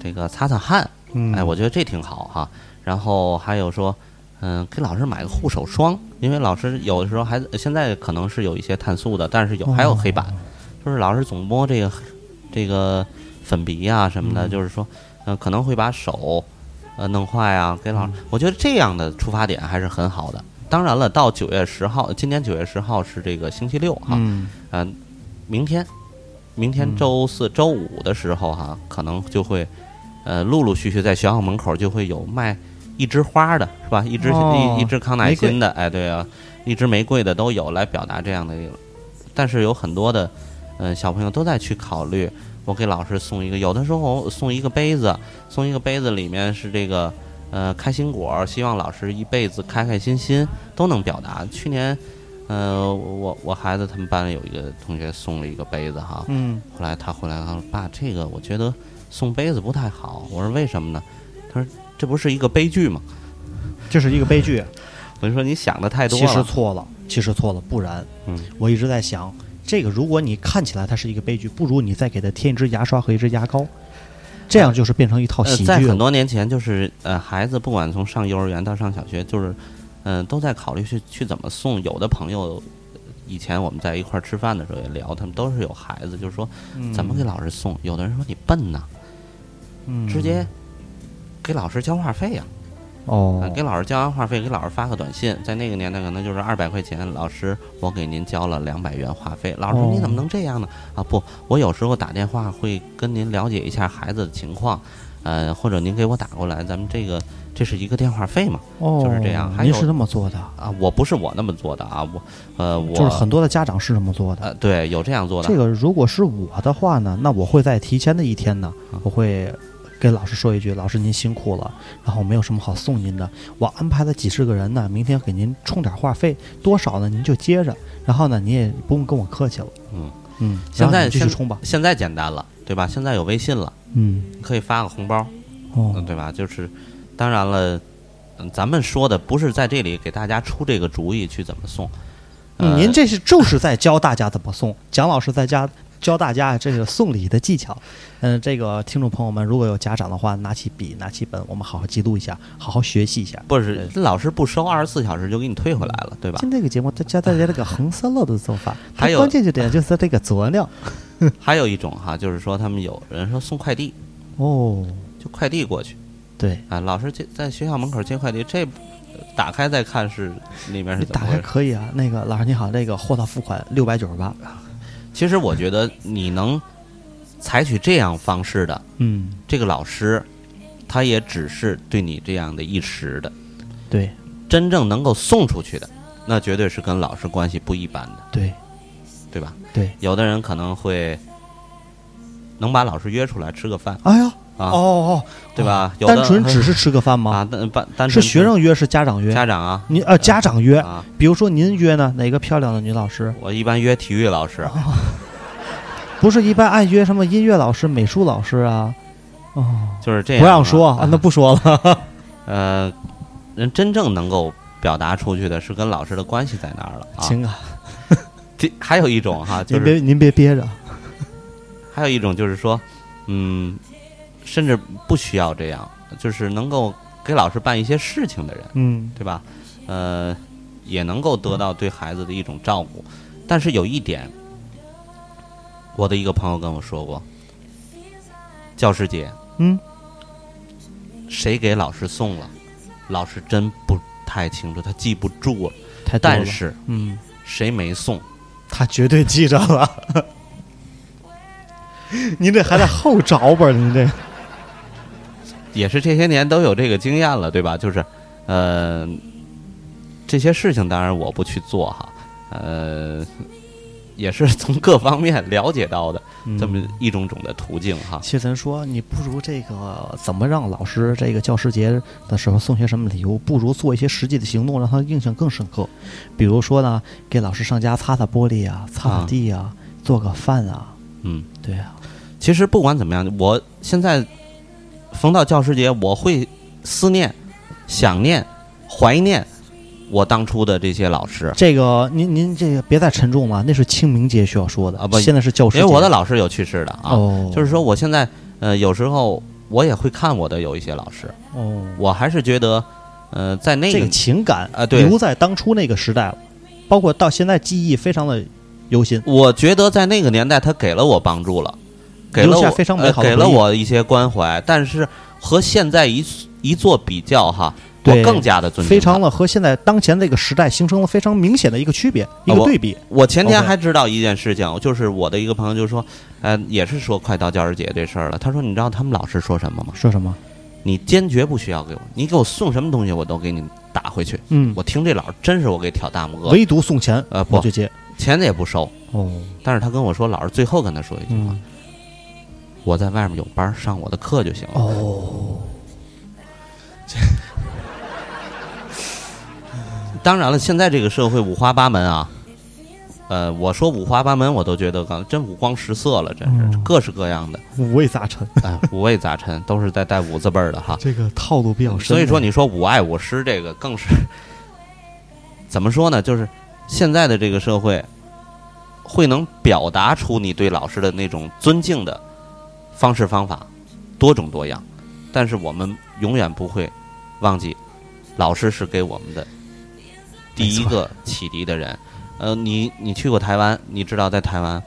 Speaker 6: 这个擦擦汗。”
Speaker 2: 嗯
Speaker 6: 哎，我觉得这挺好哈。然后还有说，嗯，给老师买个护手霜，因为老师有的时候还现在可能是有一些碳素的，但是
Speaker 2: 哦
Speaker 6: 有还有黑板，就是老师总摸这个这个粉笔呀、什么的，就是说，嗯、可能会把手呃弄坏啊。给
Speaker 2: 嗯
Speaker 6: 老师，我觉得这样的出发点还是很好的。当然了，到九月十号，今年九月十号是这个星期六哈，
Speaker 2: 嗯
Speaker 6: 嗯、明天，明天周四、周五的时候哈、可能就会，呃，陆陆续续在学校门口就会有卖一枝花的，是吧？一枝、
Speaker 2: 哦
Speaker 6: 一一枝康乃馨的，哎，对啊，一枝玫瑰的都有，来表达这样的一个。但是有很多的，嗯、小朋友都在去考虑，我给老师送一个，有的时候我送一个杯子，送一个杯子里面是这个。呃，开心果，希望老师一辈子开开心心，都能表达。去年，呃，我我孩子他们班有一个同学送了一个杯子哈，
Speaker 2: 嗯
Speaker 6: 后来他回来他说：“爸，这个我觉得送杯子不太好。”我说：“为什么呢？”他说：“这不是一个悲剧吗
Speaker 2: 这是一个悲剧，？”
Speaker 6: 我就说：“你想的嗯太多
Speaker 2: 其实
Speaker 6: 了。
Speaker 2: 错了，其实错了，不然，
Speaker 6: 嗯
Speaker 2: 我一直在想，这个如果你看起来它是一个悲剧，不如你再给它添一支牙刷和一支牙膏，这样就是变成一套
Speaker 6: 呃
Speaker 2: 哦喜”
Speaker 6: 在
Speaker 2: 剧
Speaker 6: 很
Speaker 2: 了。嗯
Speaker 6: 多年前，就是呃，孩子不管从上幼儿园到上小学，就是嗯、呃都在考虑去去怎么送。有的朋友呃以前我们在一块儿吃饭的时候也聊，他们都是有孩子，就是说
Speaker 2: 嗯
Speaker 6: 怎么给老师送。有的人说：“你笨呐，
Speaker 2: 嗯
Speaker 6: 直接给老师交话费呀、啊
Speaker 2: 哦
Speaker 6: 呃，给老师交完话费，给老师发个短信，在那个年代可能就是二百块钱，老师我给您交了两百元话费。老师说
Speaker 2: 哦
Speaker 6: 你怎么能这样呢？啊不，我有时候打电话会跟您了解一下孩子的情况，呃，或者您给我打过来，咱们这个这是一个电话费嘛？
Speaker 2: 哦，
Speaker 6: 就是这样还
Speaker 2: 您
Speaker 6: 有
Speaker 2: 是那么做的，
Speaker 6: 啊，我不是我那么做的啊，我呃我
Speaker 2: 就是很多的家长是这么做的。
Speaker 6: 呃对有这样做的，
Speaker 2: 这个如果是我的话呢，那我会在提前的一天呢，
Speaker 6: 嗯
Speaker 2: 我会跟老师说一句：“老师您辛苦了，然后没有什么好送您的，我安排了几十个人呢，明天给您充点话费，多少呢您就接着，然后呢您也不用跟我客气了。”
Speaker 6: 嗯
Speaker 2: 嗯，
Speaker 6: 现
Speaker 2: 然后
Speaker 6: 在
Speaker 2: 你继续
Speaker 6: 现
Speaker 2: 充吧。
Speaker 6: 现在简单了，对吧？现在有微信了，
Speaker 2: 嗯，
Speaker 6: 你可以发个红包，
Speaker 2: 哦
Speaker 6: 嗯，，对吧？就是，当然了，嗯，咱们说的不是在这里给大家出这个主意去怎么送。呃
Speaker 2: 嗯您这是就是在教大家怎么送，蒋老师在家教大家这个送礼的技巧。嗯，这个听众朋友们，如果有家长的话，拿起笔，拿起本，我们好好记录一下，好好学习一下。
Speaker 6: 不是老师不收，二十四小时就给你退回来了，对吧？
Speaker 2: 今天这个节目，教大家这个红烧肉的做 法，它
Speaker 6: 还有
Speaker 2: 关键就点就是这个佐料
Speaker 6: 还有一种哈，就是说他们有人说送快递，
Speaker 2: 哦，
Speaker 6: 就快递过去
Speaker 2: 对，
Speaker 6: 啊，老师接在学校门口接快递，这呃打开再看是里面
Speaker 2: 你
Speaker 6: 是怎
Speaker 2: 打
Speaker 6: 么回
Speaker 2: 开
Speaker 6: 事。
Speaker 2: 可以啊。那个老师你好，那个货到付款六百九十八，
Speaker 6: 其实我觉得你能采取这样方式的
Speaker 2: 嗯，
Speaker 6: 这个老师，他也只是对你这样的一时的。
Speaker 2: 对
Speaker 6: 真正能够送出去的，那绝对是跟老师关系不一般的，
Speaker 2: 对
Speaker 6: 对吧？
Speaker 2: 对。
Speaker 6: 有的人可能会能把老师约出来吃个饭，
Speaker 2: 哎呀，
Speaker 6: 啊
Speaker 2: 哦哦，
Speaker 6: 对吧？有的
Speaker 2: 单纯只是吃个饭吗？
Speaker 6: 啊，单单单
Speaker 2: 是
Speaker 6: 纯
Speaker 2: 学生约，是家长约？
Speaker 6: 家长啊
Speaker 2: 你呃，家长约，
Speaker 6: 啊，
Speaker 2: 比如说您约呢哪个漂亮的女老师？
Speaker 6: 我一般约体育老师，
Speaker 2: 哦不是一般爱约什么音乐老师、美术老师啊？哦，
Speaker 6: 就是这样。
Speaker 2: 不让说啊，那不说了。
Speaker 6: 呃，人真正能够表达出去的是跟老师的关系在那儿了 啊。
Speaker 2: 行啊，
Speaker 6: 这还有一 种哈，就
Speaker 2: 您
Speaker 6: 是
Speaker 2: 别您别憋着。
Speaker 6: 还有一种就是说，嗯，甚至不需要这样，就是能够给老师办一些事情的人。
Speaker 2: 嗯
Speaker 6: 对吧？呃，也能够得到对孩子的一种照顾。但是有一点，我的一个朋友跟我说过，教师节
Speaker 2: 嗯，
Speaker 6: 谁给老师送了，老师真不太清楚，他记不住了。
Speaker 2: 太多了
Speaker 6: 但是
Speaker 2: 嗯，
Speaker 6: 谁没送？
Speaker 2: 他绝对记着了。 您这还在后找吧？您这
Speaker 6: 也是这些年都有这个经验了，对吧？就是，呃，这些事情当然我不去做哈，呃，也是从各方面了解到的
Speaker 2: 嗯
Speaker 6: 这么一种种的途径哈。
Speaker 2: 其实咱说，你不如这个怎么让老师这个教师节的时候送些什么礼物，不如做一些实际的行动，让他印象更深刻。比如说呢，给老师上家擦擦玻璃啊，擦擦地啊，做个饭啊，
Speaker 6: 嗯，
Speaker 2: 对啊，
Speaker 6: 其实不管怎么样，我现在逢到教师节，我会思念、想念、怀念我当初的这些老师，
Speaker 2: 这个您您这个别再沉重了，那是清明节需要说的
Speaker 6: 啊不
Speaker 2: 现在是教师
Speaker 6: 因
Speaker 2: 节，
Speaker 6: 为我的老师有去世的啊。
Speaker 2: 哦，
Speaker 6: 就是说，我现在呃，有时候我也会看我的有一些老师，
Speaker 2: 哦，
Speaker 6: 我还是觉得，呃，在那
Speaker 2: 这
Speaker 6: 个
Speaker 2: 个情感
Speaker 6: 啊对
Speaker 2: 留在当初那个时代了，包括到现在记忆非常的犹新。
Speaker 6: 我觉得在那个年代，他给了我帮助了，给了
Speaker 2: 留下
Speaker 6: 我
Speaker 2: 非常美
Speaker 6: 呃
Speaker 2: 好的
Speaker 6: 给了
Speaker 2: 回忆
Speaker 6: 我一些关怀，但是和现在一一做比较哈，我
Speaker 2: 对
Speaker 6: 更加的尊重他，
Speaker 2: 非常的和现在当前这个时代形成了非常明显的一个区别，一个
Speaker 6: 我
Speaker 2: 对比。
Speaker 6: 我前天
Speaker 2: OK
Speaker 6: 还知道一件事情，就是我的一个朋友就说，呃，也是说快到教师节这事儿了。他说，你知道他们老师说什么吗？
Speaker 2: 说什么？
Speaker 6: 你坚决不需要给我，你给我送什么东西我都给你打回去。
Speaker 2: 嗯，
Speaker 6: 我听这老师真是我给挑大拇哥，
Speaker 2: 唯独送钱，
Speaker 6: 呃不
Speaker 2: 我就接。
Speaker 6: 钱也不收。
Speaker 2: 哦，
Speaker 6: 但是他跟我说，老师最后跟他说一句话，
Speaker 2: 嗯，
Speaker 6: 我在外面有班儿，上我的课就行了。
Speaker 2: 哦，
Speaker 6: 当然了，现在这个社会五花八门啊，呃，我说五花八门，我都觉得刚真五光十色了，真是
Speaker 2: 嗯
Speaker 6: 各式各样的，
Speaker 2: 五味杂陈，
Speaker 6: 哎，五味杂陈，都是在带五字辈儿的哈。
Speaker 2: 这个套路比较深。
Speaker 6: 所以说，，你说“我爱我师”这个更是 怎么说呢？就是现在的这个社会，会能表达出你对老师的那种尊敬的方式方法多种多样，但是我们永远不会忘记，老师是给我们的第一个启迪的人。呃，你你去过台湾，你知道在台湾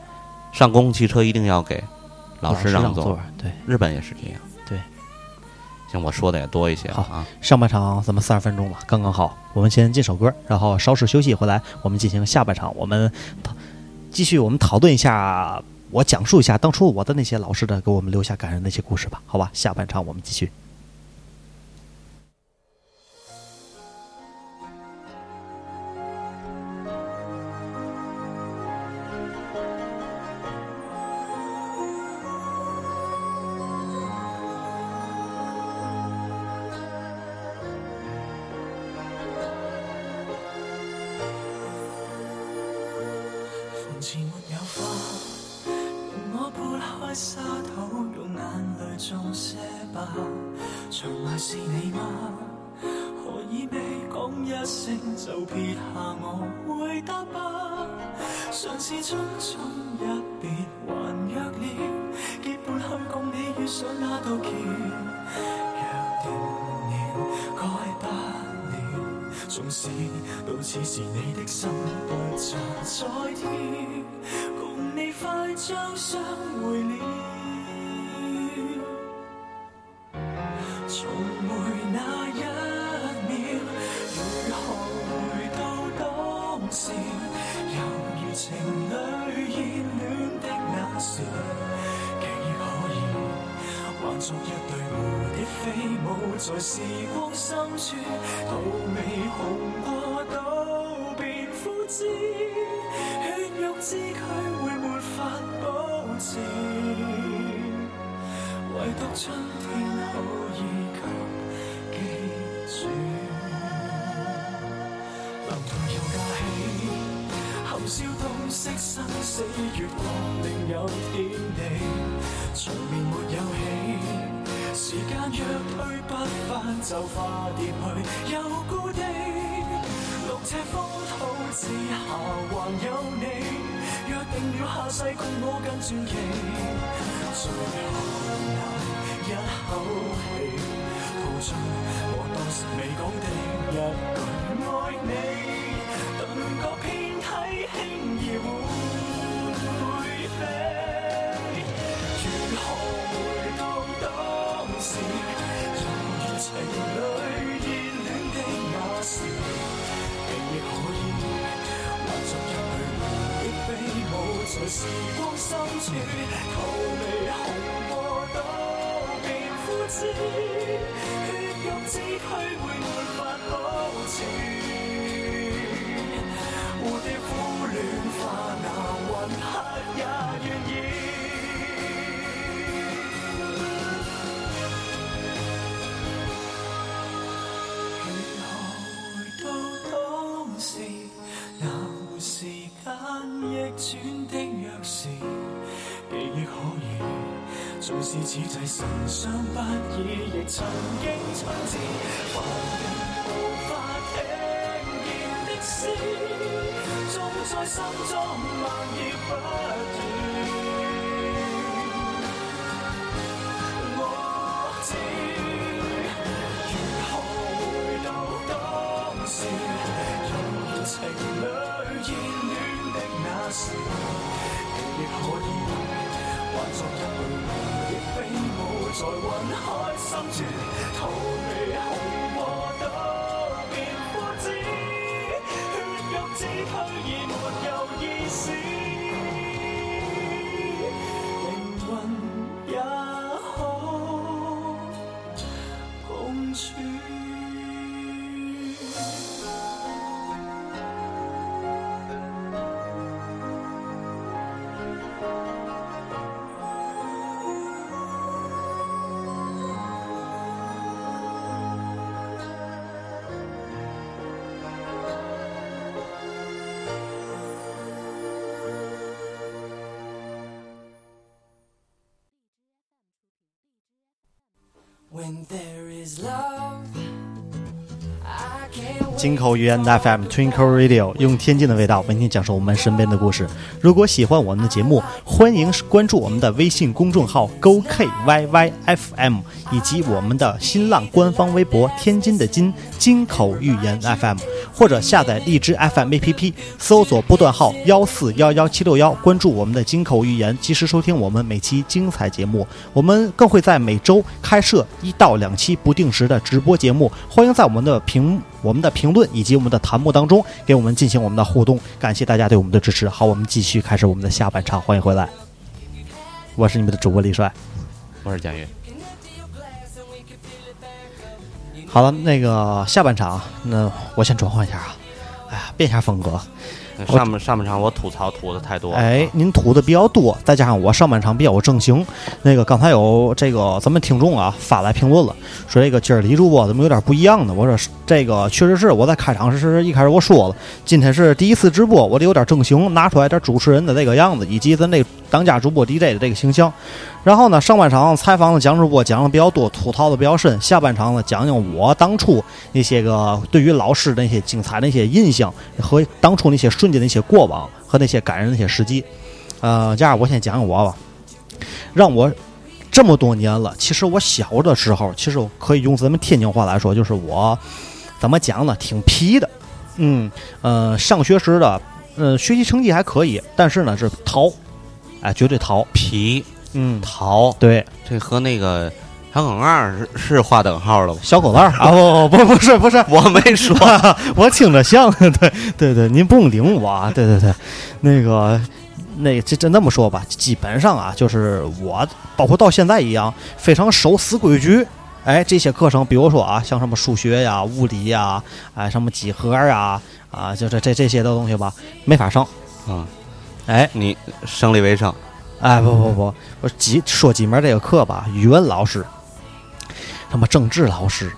Speaker 6: 上公共汽车一定要给老
Speaker 2: 老
Speaker 6: 师
Speaker 2: 让
Speaker 6: 座
Speaker 2: 座，，对，
Speaker 6: 日本也是这样。
Speaker 2: 对，
Speaker 6: 行，我说的也多一些了
Speaker 2: 好
Speaker 6: 啊。
Speaker 2: 上半场咱们三十分钟了，刚刚好。我们先进首歌，然后稍事休息回来，我们进行下半场。我们讨继续我们讨论一下，我讲述一下当初我的那些老师的给我们留下感人的一些故事吧，好吧？下半场我们继续。
Speaker 5: 從前沒有花，容我撥開沙土，用眼淚種些吧。長埋是你嗎？何以未講一聲就撇下我？回答吧，上次匆匆一別還約了，結伴去共你遇上那道橋。約定了，改不了。縱使到此時你的心不再在跳，共你快將相會了。重回那一秒，如何回到當時？猶如情侶熱戀的那時，竟可以。幻作一對蝴蝶飛舞在時光深處，荼未紅過都變枯枝，血肉之軀會沒法保持，唯獨春天可以給記住，留到有假期。含笑洞悉生死，月光定有點地，長眠沒有起。時間若推不翻，就化蝶去又故地。六尺風土之下，還有你。約定了下世共我更傳奇，最後那一口氣。吐出我當時未講的一句愛你，頓覺遍體輕易會飛。如何回到當時，猶如情侶熱戀的那時，亦可以幻作一對蝴蝶飛舞在時光深處，荼未紅過都變枯枝。血肉之躯會沒法保持。蝴蝶苦戀化那雲黑也願意。如何回到當時？那沒時間逆轉的約時，記憶可以。縱是此際神傷不已，亦曾經唱至凡人無法聽見的詩，總在心中漫熱不已。我知如何回到當時，猶如情侶熱戀的那時，亦可以。幻作一對蝴蝶飛舞在雲海深處，荼未紅過都變枯枝，血肉之軀已沒有意思，靈魂也可共處。When there is love, I can't
Speaker 2: 金口语言 FM Twinkle Radio，用天津的味道为您讲述我们身边的故事。如果喜欢我们的节目，欢迎关注我们的微信公众号 “go k y y f m” 以及我们的新浪官方微博“天津的津金口语言 FM”，或者下载荔枝 FM APP，搜索波段号幺四幺幺七六幺，关注我们的金口语言，及时收听我们每期精彩节目。我们更会在每周开设一到两期不定时的直播节目，欢迎在我们的评我们的评论以及我们的弹幕当中给我们进行我们的互动。感谢大家对我们的支持。好，我们继续开始我们的下半场，欢迎回来。我是你们的主播李帅。
Speaker 6: 我是贾
Speaker 2: 哦
Speaker 6: 云。
Speaker 2: 好了，那个下半场，那我先转换一下啊，哎呀，变一下风格。
Speaker 6: 上半上半场我吐槽吐的太多了，
Speaker 2: 哎，您吐的比较多，再加上我上半场比较正行，那个刚才有这个咱们听众啊发来评论了，说这个今儿李主播怎么有点不一样呢？我说是这个确实是我在开场时一开始我说了，今天是第一次直播，我得有点正形，拿出来点主持人的这个样子，以及咱这当家主播 DJ 的这个形象。然后呢，上半场采访的蒋主播讲的比较多，吐槽的比较深，下半场呢讲讲我当初那些个对于老师的那些精彩的那些印象和当初那些瞬间的那些过往和那些感人的那些时机。呃，这样我先讲讲我吧，让我这么多年了，其实我小的时候，其实我可以用咱们天津话来说，就是我怎么讲呢，挺皮的，嗯，呃，上学时的，呃，学习成绩还可以，但是呢是淘，哎，绝对淘，
Speaker 6: 皮
Speaker 2: 嗯，
Speaker 6: 桃
Speaker 2: 对，
Speaker 6: 这和那个小梗二是是划等号了吗？
Speaker 2: 小狗蛋儿啊，不不不不是不是，
Speaker 6: 我没 说，
Speaker 2: 我听着像， 对对对，您不用领我啊，对对对，那个。那这这那么说吧，基本上啊，就是我包括到现在一样，非常守死规矩。哎，这些课程，比如说啊，像什么数学呀、物理呀，哎，什么几何呀，啊，就这这这些的东西吧，没法上。
Speaker 6: 嗯，
Speaker 2: 哎
Speaker 6: 你生理卫生
Speaker 2: 哎，不不不，我几说几门这个课吧，语文老师，什么政治老师，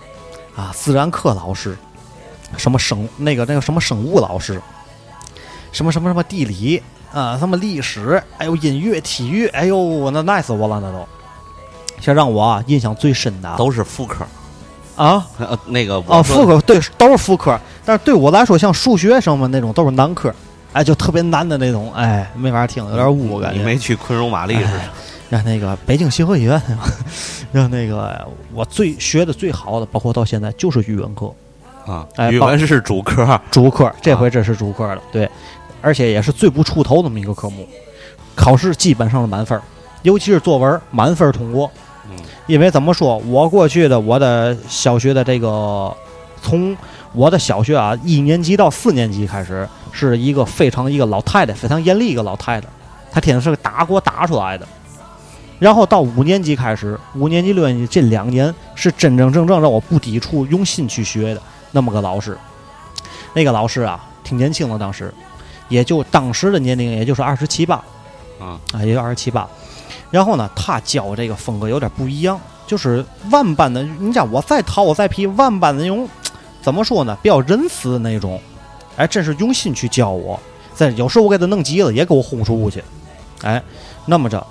Speaker 2: 啊，自然课老师，什么生那个那个什么生物老师，什么什么什么地理啊，什么历史，哎呦，音乐、体育，哎呦，我那耐死我了，那都。其实让我啊印象最深的啊
Speaker 6: 都是妇科，
Speaker 2: 啊
Speaker 6: 呃，那个我
Speaker 2: 啊，
Speaker 6: 说
Speaker 2: 副科对都是副科，但是对我来说，像数学什么那种都是男科，哎，就特别难的那种，哎，没法听，有点污感
Speaker 6: 你
Speaker 2: 觉。哎
Speaker 6: 没去昆荣玛丽是吧？
Speaker 2: 让那个北京协和医院， 让那个我最学的最好的，包括到现在就是语文课
Speaker 6: 啊
Speaker 2: 哎，
Speaker 6: 语文是主科，
Speaker 2: 主课，这回这是主课了，对，而且也是最不出头那么一个科目，考试基本上是满分儿，尤其是作文儿满分儿通过，
Speaker 6: 嗯
Speaker 2: 因为怎么说，我过去的我的小学的这个，从我的小学啊一年级到四年级开始，是一个非常一个老太太，非常严厉一个老太太，她天天是个打锅打出来的。然后到五年级开始，五年级六年级这两年是真真正正让我不抵触、用心去学的那么个老师。那个老师啊，挺年轻的，当时也就当时的年龄也就是二十七八，
Speaker 6: 啊
Speaker 2: 啊，也就二十七八。然后呢，他教这个风格有点不一样，就是万般的，你讲我再淘我再皮，万般的那种，怎么说呢，比较仁慈的那种，哎，真是用心去教我。但有时候我给他弄急了，也给我轰出去，哎，那么着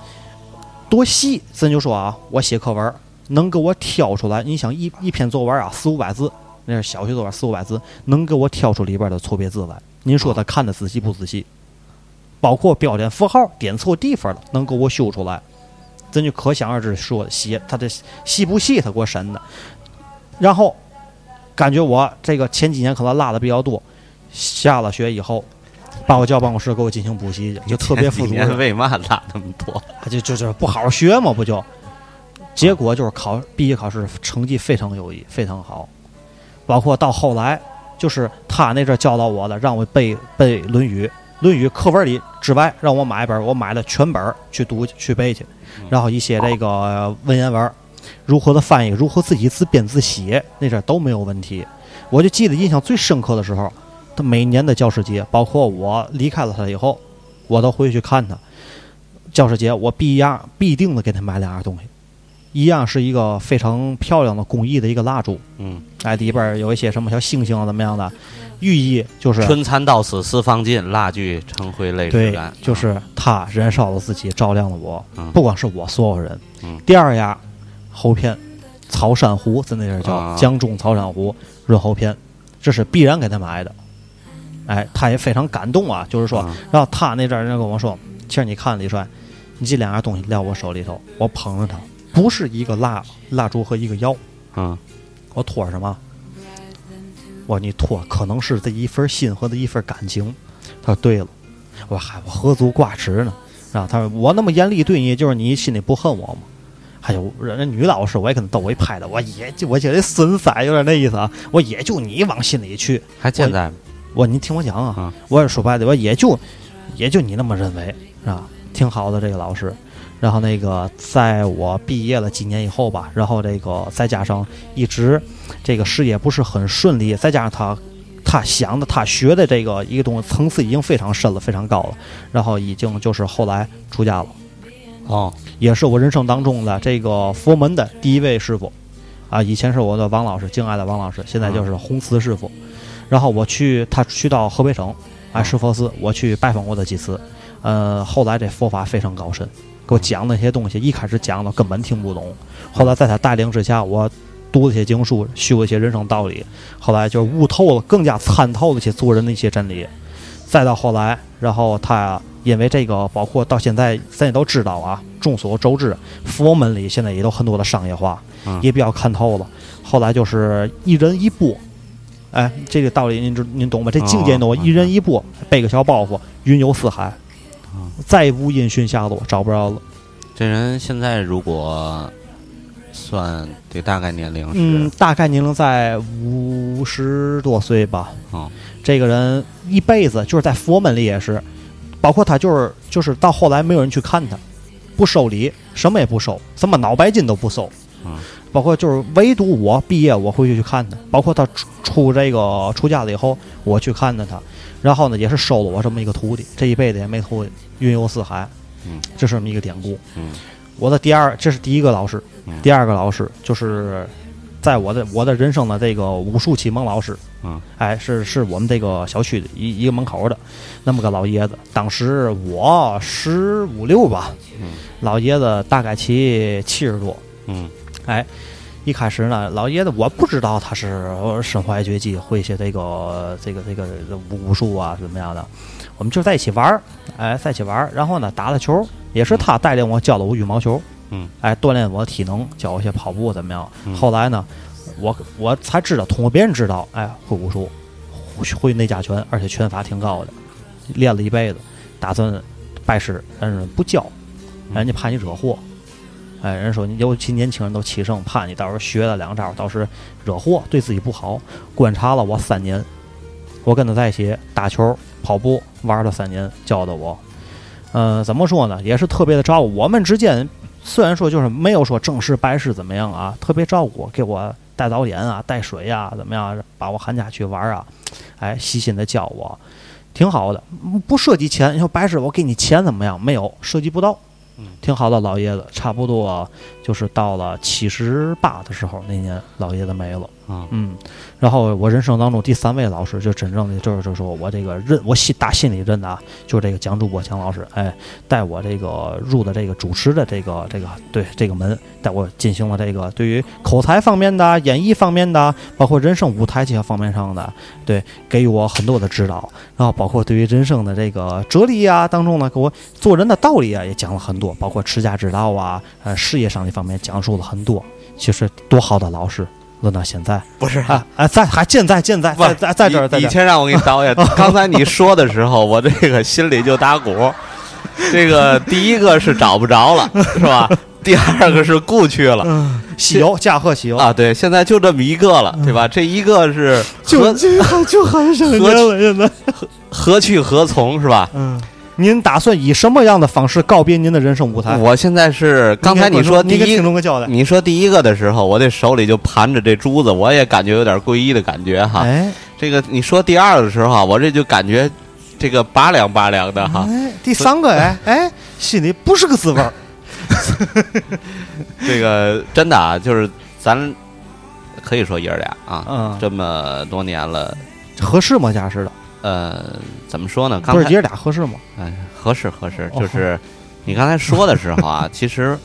Speaker 2: 多细，咱就说啊，我写课文能给我挑出来，你想一一篇作文啊，四五百字，那是小学作文，四五百字，能给我挑出里边的错别字来。您说他看的仔细不仔细？包括标点符号点错地方了，能给我修出来，咱就可想而知说写他这细不细，他给我审的。然后感觉我这个前几年可能落的比较多，下了学以后，把我叫办公室给我进行补习去，就特别
Speaker 6: 前
Speaker 2: 富
Speaker 6: 几
Speaker 2: 足。
Speaker 6: 年为嘛拉那么多？
Speaker 2: 就就就是不好好学嘛，不就？结果就是考毕业考试成绩非常优异，非常好，包括到后来，就是他那阵儿教导我的，让我背背《论语》，《论语》课文里之外，让我买一本儿，我买了全本儿去读去去背去，然后一些这个呃文言文儿，如何的翻译，如何自己自编自写，那阵儿都没有问题。我就记得印象最深刻的时候，他每年的教师节，包括我离开了他以后，我都回去看他。教师节，我必样必定的给他买两样东西，一样是一个非常漂亮的工艺的一个蜡烛，
Speaker 6: 嗯，
Speaker 2: 哎，里边儿有一些什么小星星啊怎么样的，寓意就是
Speaker 6: 嗯春蚕到死丝方尽，蜡炬成灰泪始
Speaker 2: 对
Speaker 6: 干。，
Speaker 2: 就是他燃烧了自己，照亮了我
Speaker 6: 嗯，
Speaker 2: 不光是我，所有人
Speaker 6: 嗯。
Speaker 2: 第二呀，后篇，草山湖，在那阵儿叫
Speaker 6: 啊
Speaker 2: 江中草山湖润喉篇，这是必然给他买的。哎，他也非常感动啊，就是说，
Speaker 6: 啊
Speaker 2: 然后他那阵儿人跟我说，其实你看李帅，你这两样东西撂我手里头，我捧着它，不是一个蜡蜡烛和一个药，
Speaker 6: 嗯
Speaker 2: 我托什么？我说你托可能是这一份心和这一份感情。他说对了，我说嗨，我何足挂齿呢？啊，他说我那么严厉对你，就是你心里不恨我吗？哎呦，人家女老师我也跟她斗，我一拍她，我也就我觉得损塞有点那意思啊，我也就你往心里去。
Speaker 6: 还健在吗？
Speaker 2: 我你听我讲啊，
Speaker 6: 啊
Speaker 2: 我也说白了，我也就也就你那么认为是吧？挺好的这个老师，然后那个在我毕业了几年以后吧，然后这个再加上一直这个事业不是很顺利，再加上他他想的他学的这个一个东西层次已经非常深了，非常高了，然后已经就是后来出家了，
Speaker 6: 哦，
Speaker 2: 也是我人生当中的这个佛门的第一位师傅，啊，以前是我的王老师，敬爱的王老师，现在就是红慈师傅。然后我去，他去到河北省，啊，石佛寺，我去拜访过他几次。呃，后来这佛法非常高深，给我讲那些东西，一开始讲的根本听不懂，后来在他带领之下，我读了些经书，学了些人生道理，后来就悟透了，更加参透了一些做人的一些真理。再到后来，然后他因为这个，包括到现在，咱也都知道啊，众所周知，佛门里现在也都很多的商业化，
Speaker 6: 嗯
Speaker 2: 也比较看透了。后来就是一人一钵，哎，这个道理您知您懂吧？这境界呢，
Speaker 6: 哦
Speaker 2: 我一人一钵，背个小包袱，云游四海，
Speaker 6: 嗯
Speaker 2: 再无音讯下落，找不着了。
Speaker 6: 这人现在如果算得大概年龄
Speaker 2: 嗯
Speaker 6: 是，
Speaker 2: 大概年龄在五十多岁吧。
Speaker 6: 哦，
Speaker 2: 这个人一辈子就是在佛门里也是，包括他就是就是到后来没有人去看他，不收礼，什么也不收，什么脑白金都不收。
Speaker 6: 嗯
Speaker 2: 包括就是唯独我毕业我回去去看他，包括他出出这个出家了以后，我去看的他，然后呢也是收了我这么一个徒弟，这一辈子也没徒弟，云游四海，
Speaker 6: 嗯，
Speaker 2: 这是这么一个典故。
Speaker 6: 嗯，
Speaker 2: 我的第二，这是第一个老师
Speaker 6: 嗯，
Speaker 2: 第二个老师就是在我的我的人生的这个武术启蒙老师，
Speaker 6: 嗯，
Speaker 2: 哎，是是我们这个小区的一一个门口的那么个老爷子，当时我十五六吧，
Speaker 6: 嗯
Speaker 2: 老爷子大概其七十多，
Speaker 6: 嗯
Speaker 2: 哎，一开始呢，老爷子我不知道他是身怀绝技，会一些这个这个这个武术啊怎么样的，我们就在一起玩儿，哎，在一起玩儿，然后呢打了球，也是他带领我教了我羽毛球，
Speaker 6: 嗯，
Speaker 2: 哎，锻炼我的体能，教我一些跑步怎么样。
Speaker 6: 嗯
Speaker 2: 后来呢，我我才知道，通过别人知道，哎，会武术，会会内家拳，而且拳法挺高的，练了一辈子，打算拜师，但是不教，
Speaker 6: 嗯
Speaker 2: 人家怕你惹祸。哎，人说你，尤其年轻人都气盛，怕你到时候学了两招，到时惹祸，对自己不好。观察了我三年，我跟他在一起打球、跑步，玩了三年，教的我。呃，怎么说呢？也是特别的照顾我们之间，虽然说就是没有说正式拜师怎么样啊，特别照顾我，给我带早点啊，带水啊，怎么样，把我喊家去玩啊，哎，细心的教我，挺好的。嗯不涉及钱，你说拜师我给你钱怎么样？没有，涉及不到。挺好的老爷子，差不多就是到了七十八的时候，那年老爷子没了。
Speaker 6: 啊
Speaker 2: 嗯，然后我人生当中第三位老师，就真正的就是就是说我这个认我心打心里认的啊，就是这个蒋主播蒋老师，哎，带我这个入的这个主持的这个这个对这个门，带我进行了这个对于口才方面的啊、演绎方面的啊，包括人生舞台这些方面上的，对，给予我很多的指导，然后包括对于人生的这个哲理啊当中呢，给我做人的道理啊也讲了很多，包括持家之道啊，呃，事业上这方面讲述了很多，其实多好的老师，论到现在。
Speaker 6: 不是
Speaker 2: 啊啊，在还健在健在在在在这儿，在
Speaker 6: 以
Speaker 2: 这
Speaker 6: 以
Speaker 2: 儿。
Speaker 6: 前让我给你 导演，刚才你说的时候，我这个心里就打鼓。这个第一个是找不着了，是吧？第二个是故去了
Speaker 2: 嗯，喜游驾鹤西游，
Speaker 6: 啊，对，现在就这么一个了，对吧？这一个是何
Speaker 2: 嗯就 还就很省
Speaker 6: 人了
Speaker 2: 现在。
Speaker 6: 何去何从，是吧？
Speaker 2: 嗯，您打算以什么样的方式告别您的人生舞台？
Speaker 6: 我现在是刚才你说第
Speaker 2: 您给
Speaker 6: 一嗯
Speaker 2: 听众个交代。
Speaker 6: 你说第一个的时候，我这手里就盘着这珠子，我也感觉有点皈依的感觉哈。
Speaker 2: 哎
Speaker 6: 这个你说第二的时候啊，我这就感觉这个拔凉拔凉的哈。
Speaker 2: 哎，第三个哎哎，心里不是个滋味 儿。
Speaker 6: 这个真的啊，就是咱可以说爷儿俩啊，
Speaker 2: 嗯
Speaker 6: 这么多年了，
Speaker 2: 合适吗？驾驶的
Speaker 6: 呃，怎么说呢？刚
Speaker 2: 不是
Speaker 6: 才
Speaker 2: 爷俩合适吗？
Speaker 6: 哎，合适合适，
Speaker 2: 哦
Speaker 6: 就是你刚才说的时候啊，其实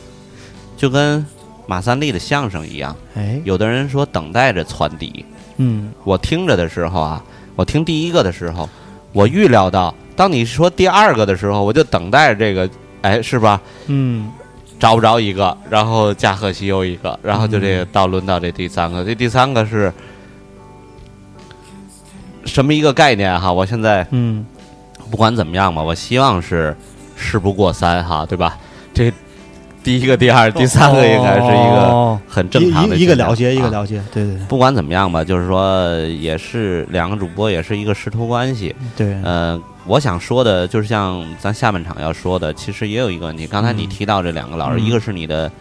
Speaker 6: 就跟马三立的相声一样，
Speaker 2: 哎，
Speaker 6: 有的人说等待着传底，
Speaker 2: 嗯，
Speaker 6: 我听着的时候啊，我听第一个的时候，我预料到，当你说第二个的时候，我就等待这个，哎，是吧？
Speaker 2: 嗯，
Speaker 6: 找不着一个，然后驾鹤西游一个，然后就这个到轮到这第三个，
Speaker 2: 嗯
Speaker 6: 这第三个是什么一个概念哈？我现在
Speaker 2: 嗯，
Speaker 6: 不管怎么样吧，我希望是事不过三哈，对吧？这第一个、第二、 第三个应该是一个
Speaker 2: 哦
Speaker 6: 很正常的
Speaker 2: 一一一个
Speaker 6: 现象
Speaker 2: 了结，一个
Speaker 6: 啊
Speaker 2: 了结，对对
Speaker 6: 不管怎么样吧，就是说也是两个主播也是一个师徒关系。
Speaker 2: 对，
Speaker 6: 呃，我想说的就是像咱下半场要说的，其实也有一个问题。刚才你
Speaker 2: 嗯
Speaker 6: 提到这两个老师，
Speaker 2: 嗯
Speaker 6: 一个是你的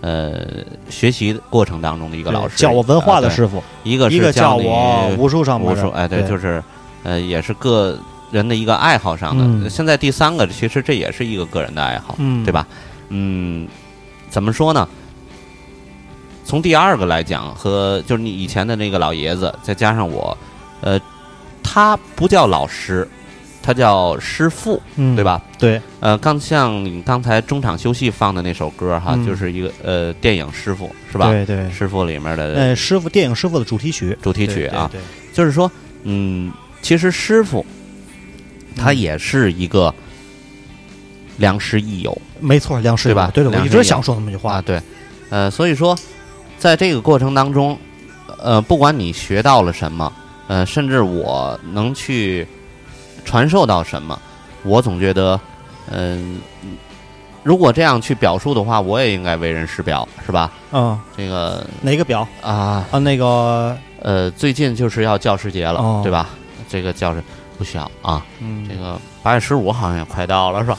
Speaker 6: 呃学习过程当中的一个
Speaker 2: 对
Speaker 6: 老师，
Speaker 2: 教我文化的
Speaker 6: 呃对
Speaker 2: 师傅，
Speaker 6: 一个
Speaker 2: 一个
Speaker 6: 是
Speaker 2: 叫
Speaker 6: 你
Speaker 2: 我武术上面
Speaker 6: 武
Speaker 2: 的
Speaker 6: 术，哎，对，就是是呃，也是个人的一个爱好上的。
Speaker 2: 嗯
Speaker 6: 现在第三个，其实这也是一个个人的爱好，
Speaker 2: 嗯
Speaker 6: 对吧？嗯，怎么说呢？从第二个来讲，和就是你以前的那个老爷子，再加上我，呃，他不叫老师，他叫师傅，
Speaker 2: 嗯，
Speaker 6: 对？吧？
Speaker 2: 对，
Speaker 6: 呃，刚像你刚才中场休息放的那首歌哈，
Speaker 2: 嗯
Speaker 6: 就是一个呃电影《师傅》是吧？
Speaker 2: 对对。
Speaker 6: 师傅里面的
Speaker 2: 呃，师傅电影师傅的主题曲，
Speaker 6: 主题
Speaker 2: 对
Speaker 6: 曲啊，，
Speaker 2: 对对
Speaker 6: 就是说，嗯，其实师傅他
Speaker 2: 嗯
Speaker 6: 也是一个良师益友
Speaker 2: 没错，梁师
Speaker 6: 对吧
Speaker 2: 对对，我
Speaker 6: 梁
Speaker 2: 一
Speaker 6: 师
Speaker 2: 直
Speaker 6: 友
Speaker 2: 想说那么句
Speaker 6: 啊，
Speaker 2: 话，
Speaker 6: 对，呃，所以说，在这个过程当中，呃，不管你学到了什么，呃，甚至我能去传授到什么，我总觉得，嗯、如果这样去表述的话，我也应该为人师表，是吧？
Speaker 2: 嗯，
Speaker 6: 这个
Speaker 2: 哪个表
Speaker 6: 啊，
Speaker 2: 啊？那个，
Speaker 6: 呃，最近就是要教师节了，
Speaker 2: 哦
Speaker 6: 对吧？这个教师不需要啊，
Speaker 2: 嗯，
Speaker 6: 这个八月十五好像也快到了，是吧？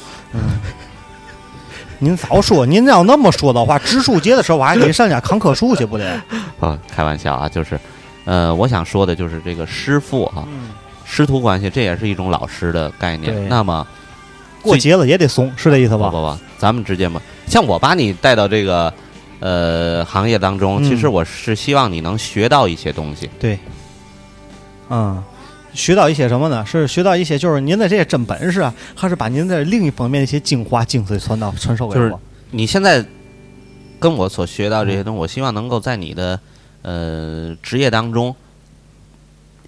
Speaker 2: 您早说，您要那么说的话，植树节的时候我还得上家扛棵树去，不得？
Speaker 6: 啊，开玩笑啊，就是，呃，我想说的就是这个师傅啊，
Speaker 2: 嗯，
Speaker 6: 师徒关系，这也是一种老师的概
Speaker 2: 对
Speaker 6: 念。那么，
Speaker 2: 过节了也得松，是这意思
Speaker 6: 不不
Speaker 2: 吧？
Speaker 6: 不，咱们直接嘛，像我把你带到这个呃行业当中，
Speaker 2: 嗯
Speaker 6: 其实我是希望你能学到一些东西。
Speaker 2: 对，嗯，学到一些什么呢？是学到一些就是您的这些真本事啊，还是把您的另一方面的一些精华精髓传到传授给
Speaker 6: 就是
Speaker 2: 我？
Speaker 6: 你现在跟我所学到这些东西，我希望能够在你的呃职业当中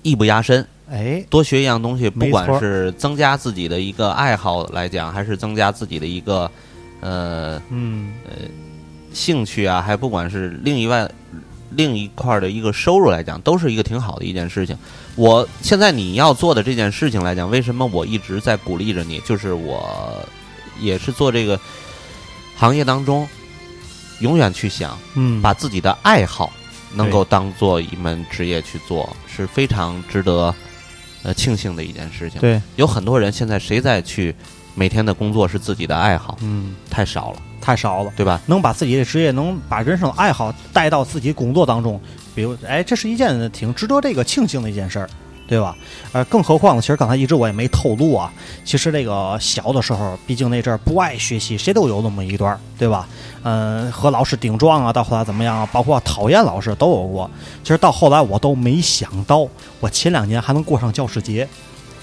Speaker 6: 艺不压身，
Speaker 2: 哎，
Speaker 6: 多学一样东西，不
Speaker 2: 没错
Speaker 6: 管是增加自己的一个爱好来讲，还是增加自己的一个呃
Speaker 2: 嗯，
Speaker 6: 兴趣啊，还不管是另一外另一块儿的一个收入来讲，都是一个挺好的一件事情。我现在你要做的这件事情来讲，为什么我一直在鼓励着你？就是我也是做这个行业当中，永远去想
Speaker 2: 嗯，
Speaker 6: 把自己的爱好能
Speaker 2: 对
Speaker 6: 够当做一门职业去做，是非常值得呃庆幸的一件事情。
Speaker 2: 对，
Speaker 6: 有很多人现在谁在去每天的工作是自己的爱好，
Speaker 2: 嗯，
Speaker 6: 太少了，
Speaker 2: 太少了。
Speaker 6: 对吧？
Speaker 2: 能把自己的职业，能把人生的爱好带到自己工作当中，比如，哎，这是一件挺值得这个庆幸的一件事儿，对吧？呃，更何况呢，其实刚才一直我也没透露啊，其实这个小的时候，毕竟那阵儿不爱学习，谁都有那么一段儿，对吧？嗯，和老师顶撞啊，到后来怎么样啊，包括讨厌老师都有过。其实到后来我都没想到，我前两年还能过上教师节。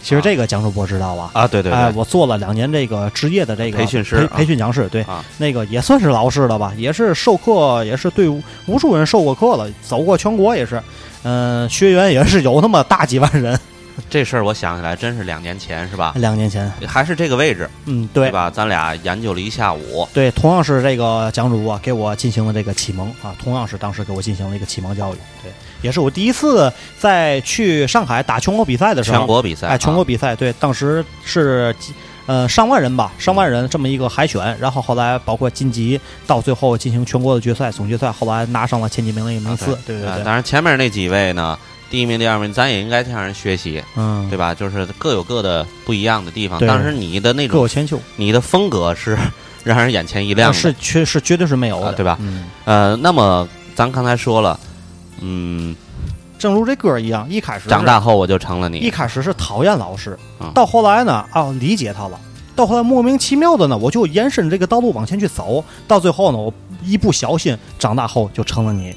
Speaker 2: 其实这个江主播知道啊，
Speaker 6: 啊，对对
Speaker 2: 哎，我做了两年这个职业的这个
Speaker 6: 培训师
Speaker 2: 培
Speaker 6: 啊
Speaker 2: 培训讲师，对，
Speaker 6: 啊
Speaker 2: 那个也算是老师了吧，也是授课，也是对无无数人授过课了，走过全国也是，嗯、学员也是有那么大几万人。
Speaker 6: 这事儿我想起来，真是 两年前是吧？
Speaker 2: 两年前，
Speaker 6: 还是这个位置
Speaker 2: 嗯，对，
Speaker 6: 吧？咱俩研究了一下午，
Speaker 2: 对，同样是这个蒋主播给我进行了这个启蒙啊，同样是当时给我进行了一个启蒙教育，对，也是我第一次在去上海打全国比赛的时候，
Speaker 6: 全国比赛，
Speaker 2: 哎，全国
Speaker 6: 啊
Speaker 2: 比赛，对，当时是几呃上万人吧，
Speaker 6: 嗯
Speaker 2: 上万人这么一个海选，然后后来包括晋级，到最后进行全国的决赛、总决赛，后来拿上了前几名的一个名次，
Speaker 6: 啊
Speaker 2: 对
Speaker 6: 啊
Speaker 2: 对对，
Speaker 6: 当然前面那几位呢，第一名、第二名，咱也应该向人学习，
Speaker 2: 嗯，
Speaker 6: 对吧？就是各有各的不一样的地方。
Speaker 2: 对
Speaker 6: 当时你的那
Speaker 2: 各
Speaker 6: 种
Speaker 2: 有千秋，
Speaker 6: 你的风格 是让人眼前一
Speaker 2: 但
Speaker 6: 亮的，
Speaker 2: 是确是绝对是没有的，
Speaker 6: 啊对吧
Speaker 2: 嗯，
Speaker 6: 呃，那么咱刚才说了，嗯，
Speaker 2: 正如这歌一样，一开始
Speaker 6: 长
Speaker 2: 是
Speaker 6: 大后我就成了你
Speaker 2: 一，开始是讨厌老师
Speaker 6: 嗯，
Speaker 2: 到后来呢，啊，理解他了。到后来啊莫名其妙的呢，我就延伸这个道路往前去走，到最后呢，我一不小心长大后就成了你。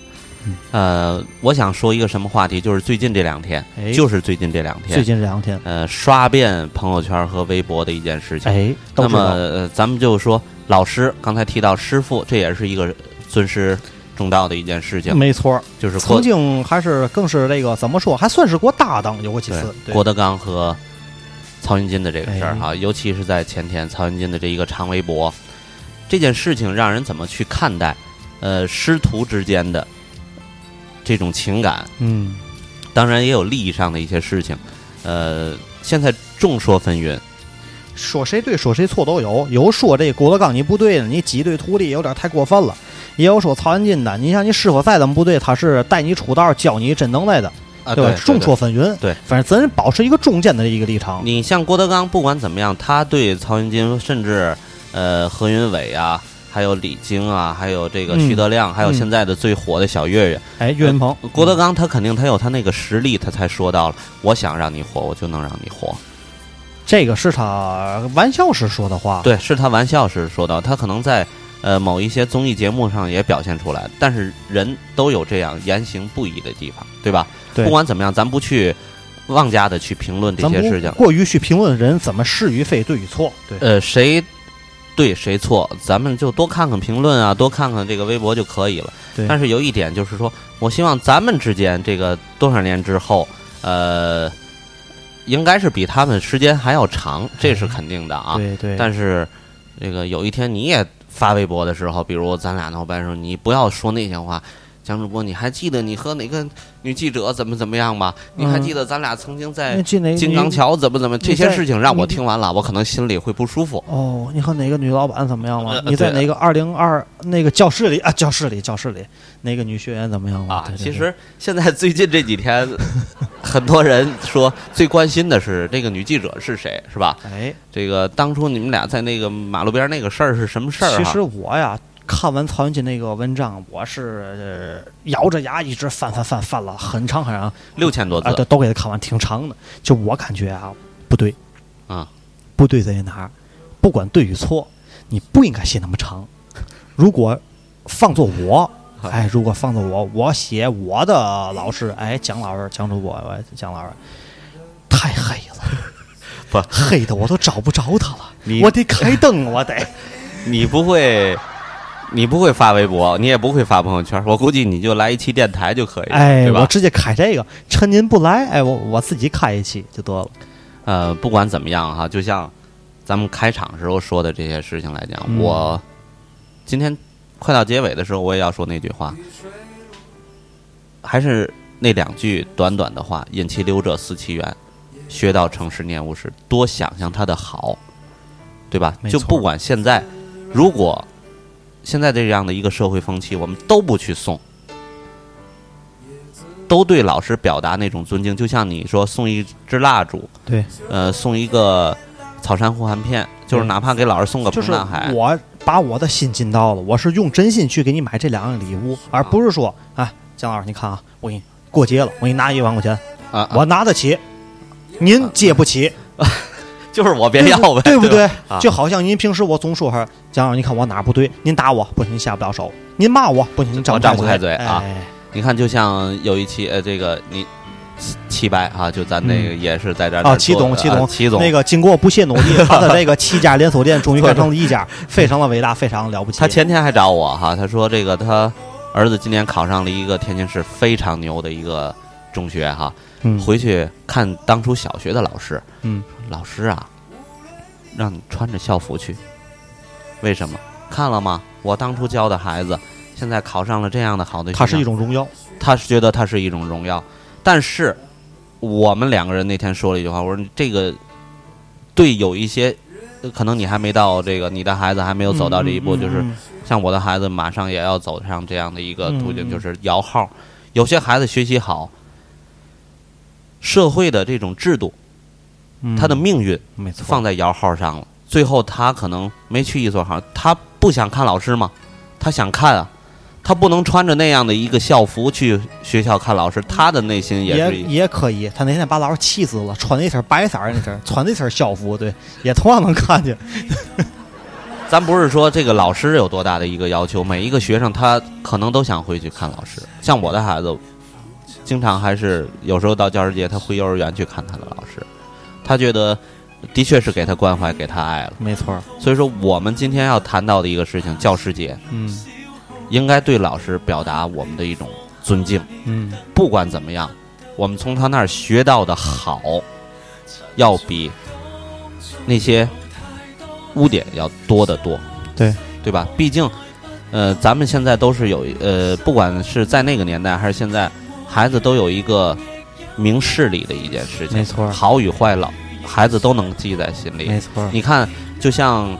Speaker 6: 呃，我想说一个什么话题，就是最近这两天，
Speaker 2: 哎
Speaker 6: 就是最近这两
Speaker 2: 最
Speaker 6: 天，
Speaker 2: 近这两天，
Speaker 6: 呃，刷遍朋友圈和微博的一件事情。
Speaker 2: 哎，都
Speaker 6: 那
Speaker 2: 知
Speaker 6: 么、
Speaker 2: 道
Speaker 6: 呃咱们就说老师，刚才提到师傅，这也是一个尊师重大的一件事情，
Speaker 2: 没错儿，
Speaker 6: 就是
Speaker 2: 嗯曾
Speaker 6: 郭
Speaker 2: 经还是更是这个怎么说，还算是给我搭档，有过几
Speaker 6: 对
Speaker 2: 次。对
Speaker 6: 郭德纲和曹云金的这个事儿
Speaker 2: 哎
Speaker 6: 哈，尤其是在前天曹云金的这一个长微博这件事情，让人怎么去看待？呃，师徒之间的这种情感，
Speaker 2: 嗯，
Speaker 6: 当然也有利益上的一些事情。呃，现在众说纷纭，
Speaker 2: 说谁对说谁错都有，有说这郭德纲你不对的，你挤兑徒弟有点太过分了；也有说曹云金的，你像你师傅再怎么不对，他是带你出道、教你真能耐的，吧？
Speaker 6: 啊，对
Speaker 2: 众说纷纭，
Speaker 6: 对，
Speaker 2: 反正咱保持一个中间的一个立场。
Speaker 6: 你像郭德纲，不管怎么样，他对曹云金，甚至呃何云伟啊，还有李菁啊，还有这个
Speaker 2: 嗯
Speaker 6: 徐德亮，还有
Speaker 2: 嗯
Speaker 6: 现在的最火的小岳岳，
Speaker 2: 哎，岳云鹏，
Speaker 6: 郭德纲他肯定他有他那个实力，他才说到了，我想让你火，我就能让你火。
Speaker 2: 这个是他玩笑时说的话，
Speaker 6: 对，是他玩笑时说到，他可能在呃某一些综艺节目上也表现出来，但是人都有这样言行不一的地方，对吧？
Speaker 2: 对
Speaker 6: 不管怎么样，咱不去妄加的去评论这
Speaker 2: 咱
Speaker 6: 些
Speaker 2: 不
Speaker 6: 事情。
Speaker 2: 过于去评论人怎么是与非、对与错。对，
Speaker 6: 呃，谁对谁错，咱们就多看看评论啊，多看看这个微博就可以了。
Speaker 2: 对
Speaker 6: 但是有一点就是说，我希望咱们之间这个多少年之后，呃，应该是比他们时间还要长，这是肯定的啊。
Speaker 2: 对嗯对，
Speaker 6: 但是这个有一天你也发微博的时候，比如咱俩闹掰的时候，你不要说那些话。江主播，你还记得你和哪个女记者怎么怎么样吗？你还
Speaker 2: 嗯
Speaker 6: 记得咱俩曾经在
Speaker 2: 那进那
Speaker 6: 金刚桥怎么怎么这些
Speaker 2: 在
Speaker 6: 事情让我
Speaker 2: 哎你
Speaker 6: 听完了，我可能心里会不舒服。
Speaker 2: 哦，你和哪个女老板怎么样了
Speaker 6: 呃？
Speaker 2: 你在
Speaker 6: 对
Speaker 2: 哪个二零二那个教室里啊？教室里，教室里，哪个女学员怎么样了？
Speaker 6: 啊
Speaker 2: 嗯对，对
Speaker 6: 其
Speaker 2: 对
Speaker 6: 实现在最近这几天，很多人说最关心的是这个女记者是谁，是吧？
Speaker 2: 哎，
Speaker 6: 这个当初你们俩在那个马路边那个事儿是什么事儿、啊？
Speaker 2: 其实我呀，看完曹云金那个文章，我是、呃咬着牙一直翻翻翻翻了很长很长，
Speaker 6: 六千多字
Speaker 2: 啊，都都给他看完，挺长的。就我感觉啊，不对，
Speaker 6: 啊，
Speaker 2: 不对在于哪儿？不管对与错，你不应该写那么长。如果放作我，哎，如果放作我，我写我的老师，哎，蒋老师，蒋主播，哎蒋老师，太黑了，
Speaker 6: 不
Speaker 2: 黑的我都找不着他了
Speaker 6: 你，
Speaker 2: 我得开灯，我得。
Speaker 6: 你不会，你不会发微博，你也不会发朋友圈，我估计你就来一期电台就可以了，
Speaker 2: 哎，
Speaker 6: 对
Speaker 2: 我
Speaker 6: 吧？
Speaker 2: 直接开这个，趁您不来，哎，我我自己开一期就得了。
Speaker 6: 呃，不管怎么样哈，就像咱们开场时候说的这些事情来讲，
Speaker 2: 嗯
Speaker 6: 我今天快到结尾的时候，我也要说那句话，还是那两句短短的话：“引其流者思其源，学到成是念勿失。”多想想他的好，对吧？
Speaker 2: 没
Speaker 6: 就
Speaker 2: 错
Speaker 6: 不管现在，如果现在这样的一个社会风气，我们都不去送。都对老师表达那种尊敬，就像你说送一支蜡烛，
Speaker 2: 对，
Speaker 6: 呃，送一个草珊瑚含片，就是
Speaker 2: 对
Speaker 6: 哪怕给老师送个
Speaker 2: 就
Speaker 6: 彭
Speaker 2: 是
Speaker 6: 大海，
Speaker 2: 我把我的心尽到了，我是用真心去给你买这两样礼物，
Speaker 6: 啊
Speaker 2: 而不是说，哎，姜老师，你看啊，我给你过节了，我给你拿一万块钱，
Speaker 6: 啊，啊
Speaker 2: 我拿得起，您借不起，
Speaker 6: 就是我别要呗，
Speaker 2: 对不
Speaker 6: 对
Speaker 2: 对
Speaker 6: 吧？？啊
Speaker 2: 就好像您平时我总说哈，姜老师，你看我哪儿不对，您打我，不行，您下不了手；您骂我，不行，您
Speaker 6: 我张不开嘴啊
Speaker 2: 哎
Speaker 6: 你看，就像有一期呃，这个你齐齐白啊，就咱那个也是在这儿
Speaker 2: 啊，
Speaker 6: 在
Speaker 2: 齐
Speaker 6: 做
Speaker 2: 总，
Speaker 6: 的
Speaker 2: 齐
Speaker 6: 啊
Speaker 2: 总，
Speaker 6: 齐总
Speaker 2: 那个经过不懈努 力，他的这个七家连锁店终于变成了一家，非常的伟大，非常了不起。
Speaker 6: 他前天还找我哈，他说这个他儿子今年考上了一个天津市非常牛的一个中学哈，
Speaker 2: 嗯
Speaker 6: 回去看当初小学的老师，
Speaker 2: 嗯，
Speaker 6: 老师啊，让你穿着校服去，为什么？看了吗？我当初教的孩子，现在考上了这样的好的学校，
Speaker 2: 它是一种荣耀。
Speaker 6: 他是觉得它是一种荣耀，但是我们两个人那天说了一句话，我说这个对有一些呃可能你还没到这个，你的孩子还没有走到这一步，
Speaker 2: 嗯嗯
Speaker 6: 就是
Speaker 2: 嗯
Speaker 6: 像我的孩子马上也要走上这样的一个途
Speaker 2: 嗯
Speaker 6: 径，
Speaker 2: 嗯
Speaker 6: 就是摇号。有些孩子学习好，社会的这种制度，
Speaker 2: 嗯
Speaker 6: 他的命运
Speaker 2: 没错，
Speaker 6: 放在摇号上了。最后他可能没去一所行，他不想看老师吗？他想看啊，他不能穿着那样的一个校服去学校看老师，他的内心也
Speaker 2: 也
Speaker 6: 是一
Speaker 2: 也可以。他那天把老师气死了，穿了一身白色儿那身，穿了一身校服，对，也同样能看见。
Speaker 6: 咱不是说这个老师有多大的一个要求，每一个学生他可能都想回去看老师。像我的孩子，经常还是有时候到教师节，他回幼儿园去看他的老师，他觉得的确是给他关怀，给他爱了。
Speaker 2: 没错，
Speaker 6: 所以说，我们今天要谈到的一个事情，教师节，
Speaker 2: 嗯，
Speaker 6: 应该对老师表达我们的一种尊敬。
Speaker 2: 嗯
Speaker 6: 不管怎么样，我们从他那儿学到的好，要比那些污点要多得多。
Speaker 2: 对，
Speaker 6: 对吧？毕竟，呃，咱们现在都是有呃，不管是在那个年代还是现在，孩子都有一个明事理的一件事情，
Speaker 2: 没错儿
Speaker 6: 好与坏老孩子都能记在心里。
Speaker 2: 没错儿，
Speaker 6: 你看，就像《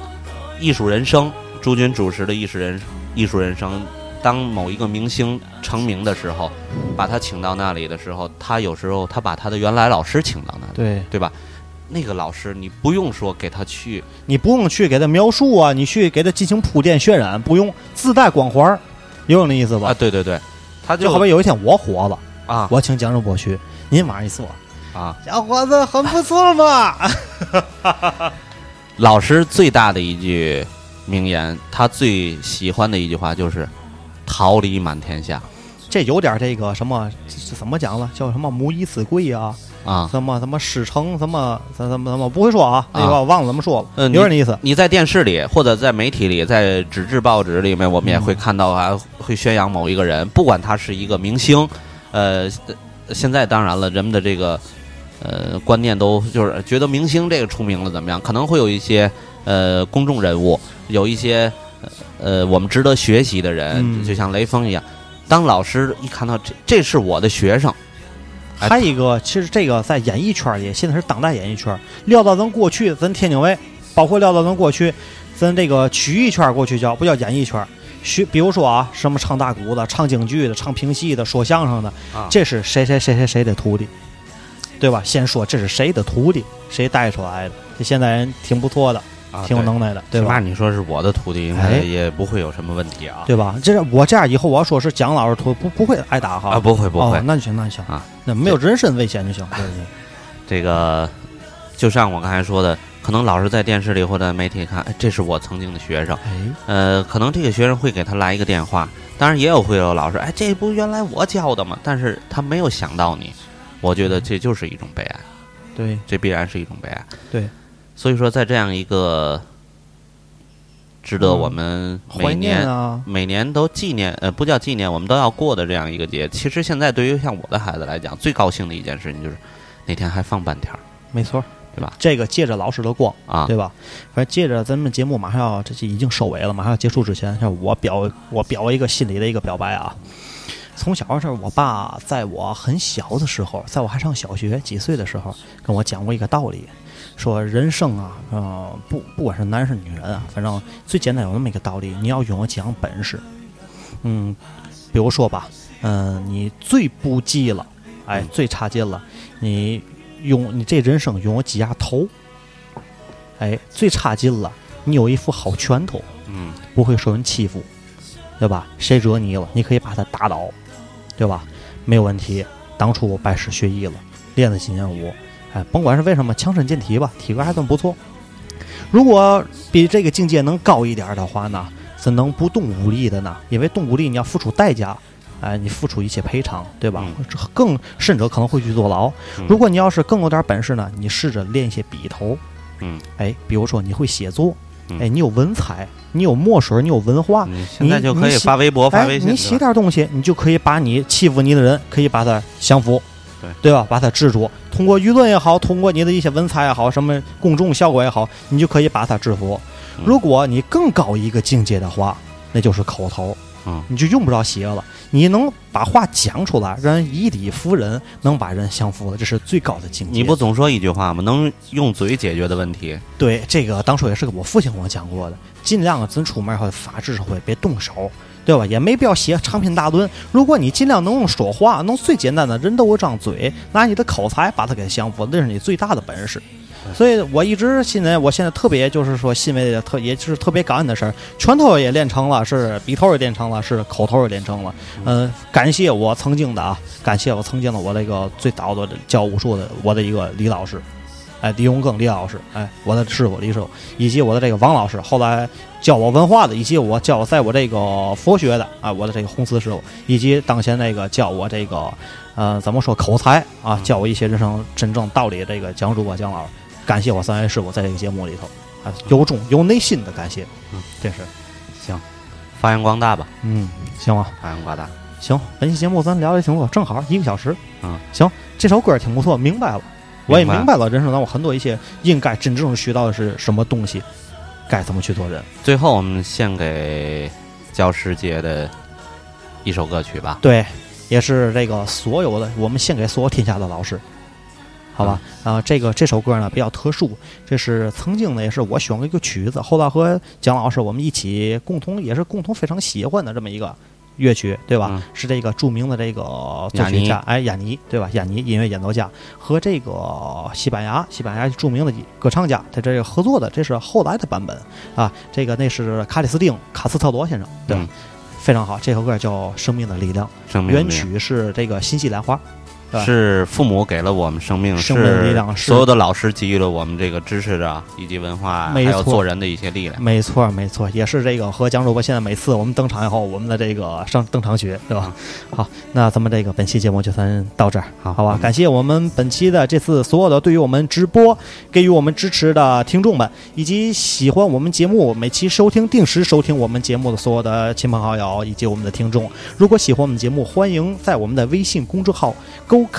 Speaker 6: 艺术人生》，朱军主持的《艺术人艺术人生》，当某一个明星成名的时候，把他请到那里的时候，他有时候他把他的原来老师请到那里，
Speaker 2: 对
Speaker 6: 对吧？那个老师，你不用说给他去，
Speaker 2: 你不用去给他描述啊，你去给他进行铺垫渲染，不用自带光环儿，有那意思吧？
Speaker 6: 啊，对对对，他
Speaker 2: 就好比有一天我火了，
Speaker 6: 啊
Speaker 2: 我请蒋正波去，您往上一坐，
Speaker 6: 啊，
Speaker 2: 小伙子很不错嘛。
Speaker 6: 老师最大的一句名言，他最喜欢的一句话就是“桃李满天下
Speaker 2: 这有点这个什么，这这怎么讲了？叫什么“母以子贵”啊，”
Speaker 6: 啊。
Speaker 2: 什么什么“师承”什么什么什么什么，不会说啊，那个
Speaker 6: 啊
Speaker 2: 我忘了怎么说了，
Speaker 6: 嗯
Speaker 2: 有点那意思。
Speaker 6: 你在电视里，或者在媒体里，在纸质报纸里面，我们也会看到啊，会宣扬某一个人，不管他是一个明星，呃，呃现在当然了，人们的这个呃观念都就是觉得明星这个出名了怎么样，可能会有一些呃公众人物，有一些呃我们值得学习的人，
Speaker 2: 嗯
Speaker 6: 就像雷锋一样，当老师一看到这这是我的学生，哎
Speaker 2: 还有一个，其实这个在演艺圈里，现在是当代演艺圈，撂到咱过去，咱天津卫，包括撂到咱过去，咱这个曲艺圈过去叫不叫演艺圈？学，比如说啊，什么唱大鼓的、唱京剧的、唱评戏的、说相声的，
Speaker 6: 啊
Speaker 2: 这是谁谁谁谁谁的徒弟，对吧？先说这是谁的徒弟，谁带出来的？这现在人挺不错的，
Speaker 6: 啊
Speaker 2: 挺有能耐的，对
Speaker 6: 对
Speaker 2: 吧
Speaker 6: 吧？？你说是我的徒弟，应
Speaker 2: 哎
Speaker 6: 该也不会有什么问题啊。
Speaker 2: 对吧？这是我这样以后我要说是蒋老师徒弟，不不会挨打哈？
Speaker 6: 啊，不会不会
Speaker 2: 哦，，那就行，那就行
Speaker 6: 啊，
Speaker 2: 那没有人身危险就行，对对对。
Speaker 6: 这个就像我刚才说的，可能老师在电视里或者媒体看，哎，这是我曾经的学生，
Speaker 2: 哎。
Speaker 6: 呃，可能这个学生会给他来一个电话，当然也有会有老师，哎，这不原来我教的吗？但是他没有想到你，我觉得这就是一种悲哀，
Speaker 2: 对，
Speaker 6: 这必然是一种悲哀。
Speaker 2: 对，
Speaker 6: 所以说在这样一个值得我们每
Speaker 2: 怀
Speaker 6: 年
Speaker 2: 念啊，
Speaker 6: 每年都纪念，呃，不叫纪念，我们都要过的这样一个节。其实现在对于像我的孩子来讲，最高兴的一件事情就是那天还放半天儿
Speaker 2: 没错，
Speaker 6: 对吧？
Speaker 2: 这个借着老师的光，
Speaker 6: 啊，
Speaker 2: 对吧？反正借着咱们节目马上要这期已经收尾了，马上要结束之前，像我表我表一个心里的一个表白啊。从小是我爸在我很小的时候，在我还上小学几岁的时候，跟我讲过一个道理，说人生啊，呃，不不管是男是女人啊，反正最简单有那么一个道理，你要拥有几样本事，嗯，比如说吧，嗯、你最不济了，哎，最差劲了，你用你这人生拥有几样头，哎，最差劲了，你有一副好拳头，
Speaker 6: 嗯
Speaker 2: 不会受人欺负，对吧？谁惹你了，你可以把他打倒，对吧？没有问题。当初我拜师学艺了，练了几年武，哎，甭管是为什么，强身健体吧，体格还算不错。如果比这个境界能高一点儿的话呢，是能不动武力的呢？因为动武力你要付出代价，哎，你付出一些赔偿，对吧？
Speaker 6: 嗯
Speaker 2: 更甚者可能会去坐牢。
Speaker 6: 嗯
Speaker 2: 如果你要是更有点本事呢，你试着练一些笔头，
Speaker 6: 嗯，
Speaker 2: 哎，比如说你会写作，
Speaker 6: 嗯
Speaker 2: 哎，你有文采，你有墨水，你有文化，
Speaker 6: 你现在
Speaker 2: 你
Speaker 6: 就可
Speaker 2: 你
Speaker 6: 以
Speaker 2: 写
Speaker 6: 发微博、发
Speaker 2: 哎，
Speaker 6: 微
Speaker 2: 你
Speaker 6: 信
Speaker 2: 写
Speaker 6: 了，
Speaker 2: 点东西，你就可以把你欺负你的人，可以把他降服，
Speaker 6: 对
Speaker 2: 吧？把他制住，通过舆论也好，通过你的一些文采也好，什么公众效果也好，你就可以把他制服。
Speaker 6: 嗯
Speaker 2: 如果你更高一个境界的话，那就是口头，
Speaker 6: 嗯
Speaker 2: 你就用不着邪了，你能把话讲出来，让人以理服人，能把人降服了，这是最高的境界。
Speaker 6: 你不总说一句话吗？能用嘴解决的问题，
Speaker 2: 对，这个当初也是我父亲跟我讲过的，尽量咱出门后法治社会别动手，对吧？也没必要写长篇大论。如果你尽量能用说话，弄最简单的，人都有张嘴，拿你的口才把他给降服，那是你最大的本事。所以我一直现在，我现在特别就是说欣慰的，特也就是特别感恩的事儿，拳头也练成了，是笔头也练成了，是口头也练成了。嗯、感谢我曾经的啊，感谢我曾经的我那个最早的教武术的我的一个李老师。哎，李永庚李老师，哎，我的师傅李师傅，以及我的这个王老师，后来教我文化的，以及我教我在我这个佛学的啊，我的这个红慈师傅，以及当前那个教我这个，呃，怎么说口才啊，教我一些人生真正道理的这个蒋主播蒋老师，感谢我三位师傅在这个节目里头啊，由衷由内心的感谢，
Speaker 6: 嗯，
Speaker 2: 这是
Speaker 6: 行，发扬光大吧，
Speaker 2: 嗯，行吧，
Speaker 6: 发扬光大。
Speaker 2: 行，本期节目咱聊的挺不错，正好一个小时。
Speaker 6: 嗯，
Speaker 2: 行，这首歌儿挺不错，明白了，我也
Speaker 6: 明白
Speaker 2: 明白了，人生当中很多一些应该真正学到的是什么东西，该怎么去做人。
Speaker 6: 最后我们献给教师节的一首歌曲吧，
Speaker 2: 对，也是这个所有的，我们献给所有天下的老师，好吧？
Speaker 6: 嗯
Speaker 2: 啊、这个这首歌呢比较特殊，这是曾经呢也是我选过一个曲子，后来和蒋老师我们一起共同也是共同非常喜欢的这么一个乐曲，对吧？
Speaker 6: 嗯
Speaker 2: 是这个著名的这个作
Speaker 6: 雅
Speaker 2: 曲
Speaker 6: 尼
Speaker 2: 家哎雅尼，对吧？雅尼音乐演奏家和这个西班牙西班牙著名的歌唱家他这个合作的，这是后来的版本啊，这个那是卡里斯汀卡斯特罗先生，对吧？
Speaker 6: 嗯
Speaker 2: 非常好，这首歌叫《生命的力量》。
Speaker 6: 生命的
Speaker 2: 原
Speaker 6: 力量
Speaker 2: 曲是这个《新西兰花》，对
Speaker 6: 是父母给了我们生命，
Speaker 2: 生命的力量
Speaker 6: 是
Speaker 2: 是
Speaker 6: 所有的老师给予了我们这个知识啊，以及文化，还
Speaker 2: 没错
Speaker 6: 有做人的一些力量。
Speaker 2: 没错没错，也是这个和蒋主播现在每次我们登场以后，我们的这个上登场曲，对吧？好，那咱们这个本期节目就先到这儿，
Speaker 6: 好
Speaker 2: 嗯好吧？感谢我们本期的这次所有的对于我们直播给予我们支持的听众们，以及喜欢我们节目每期收听定时收听我们节目的所有的亲朋好友以及我们的听众。如果喜欢我们节目，欢迎在我们的微信公众号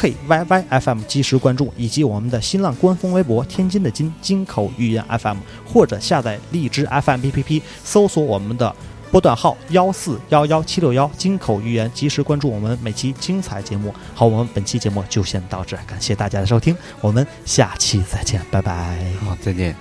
Speaker 2: GoKYYFM 及时关注，以及我们的新浪官方微博“天津的津金口玉言 FM”，或者下载荔枝 FM APP，搜索我们的波段号幺四幺幺七六幺金口玉言，及时关注我们每期精彩节目。好，我们本期节目就先到这儿，感谢大家的收听，我们下期再见，拜拜。
Speaker 6: 好，再见。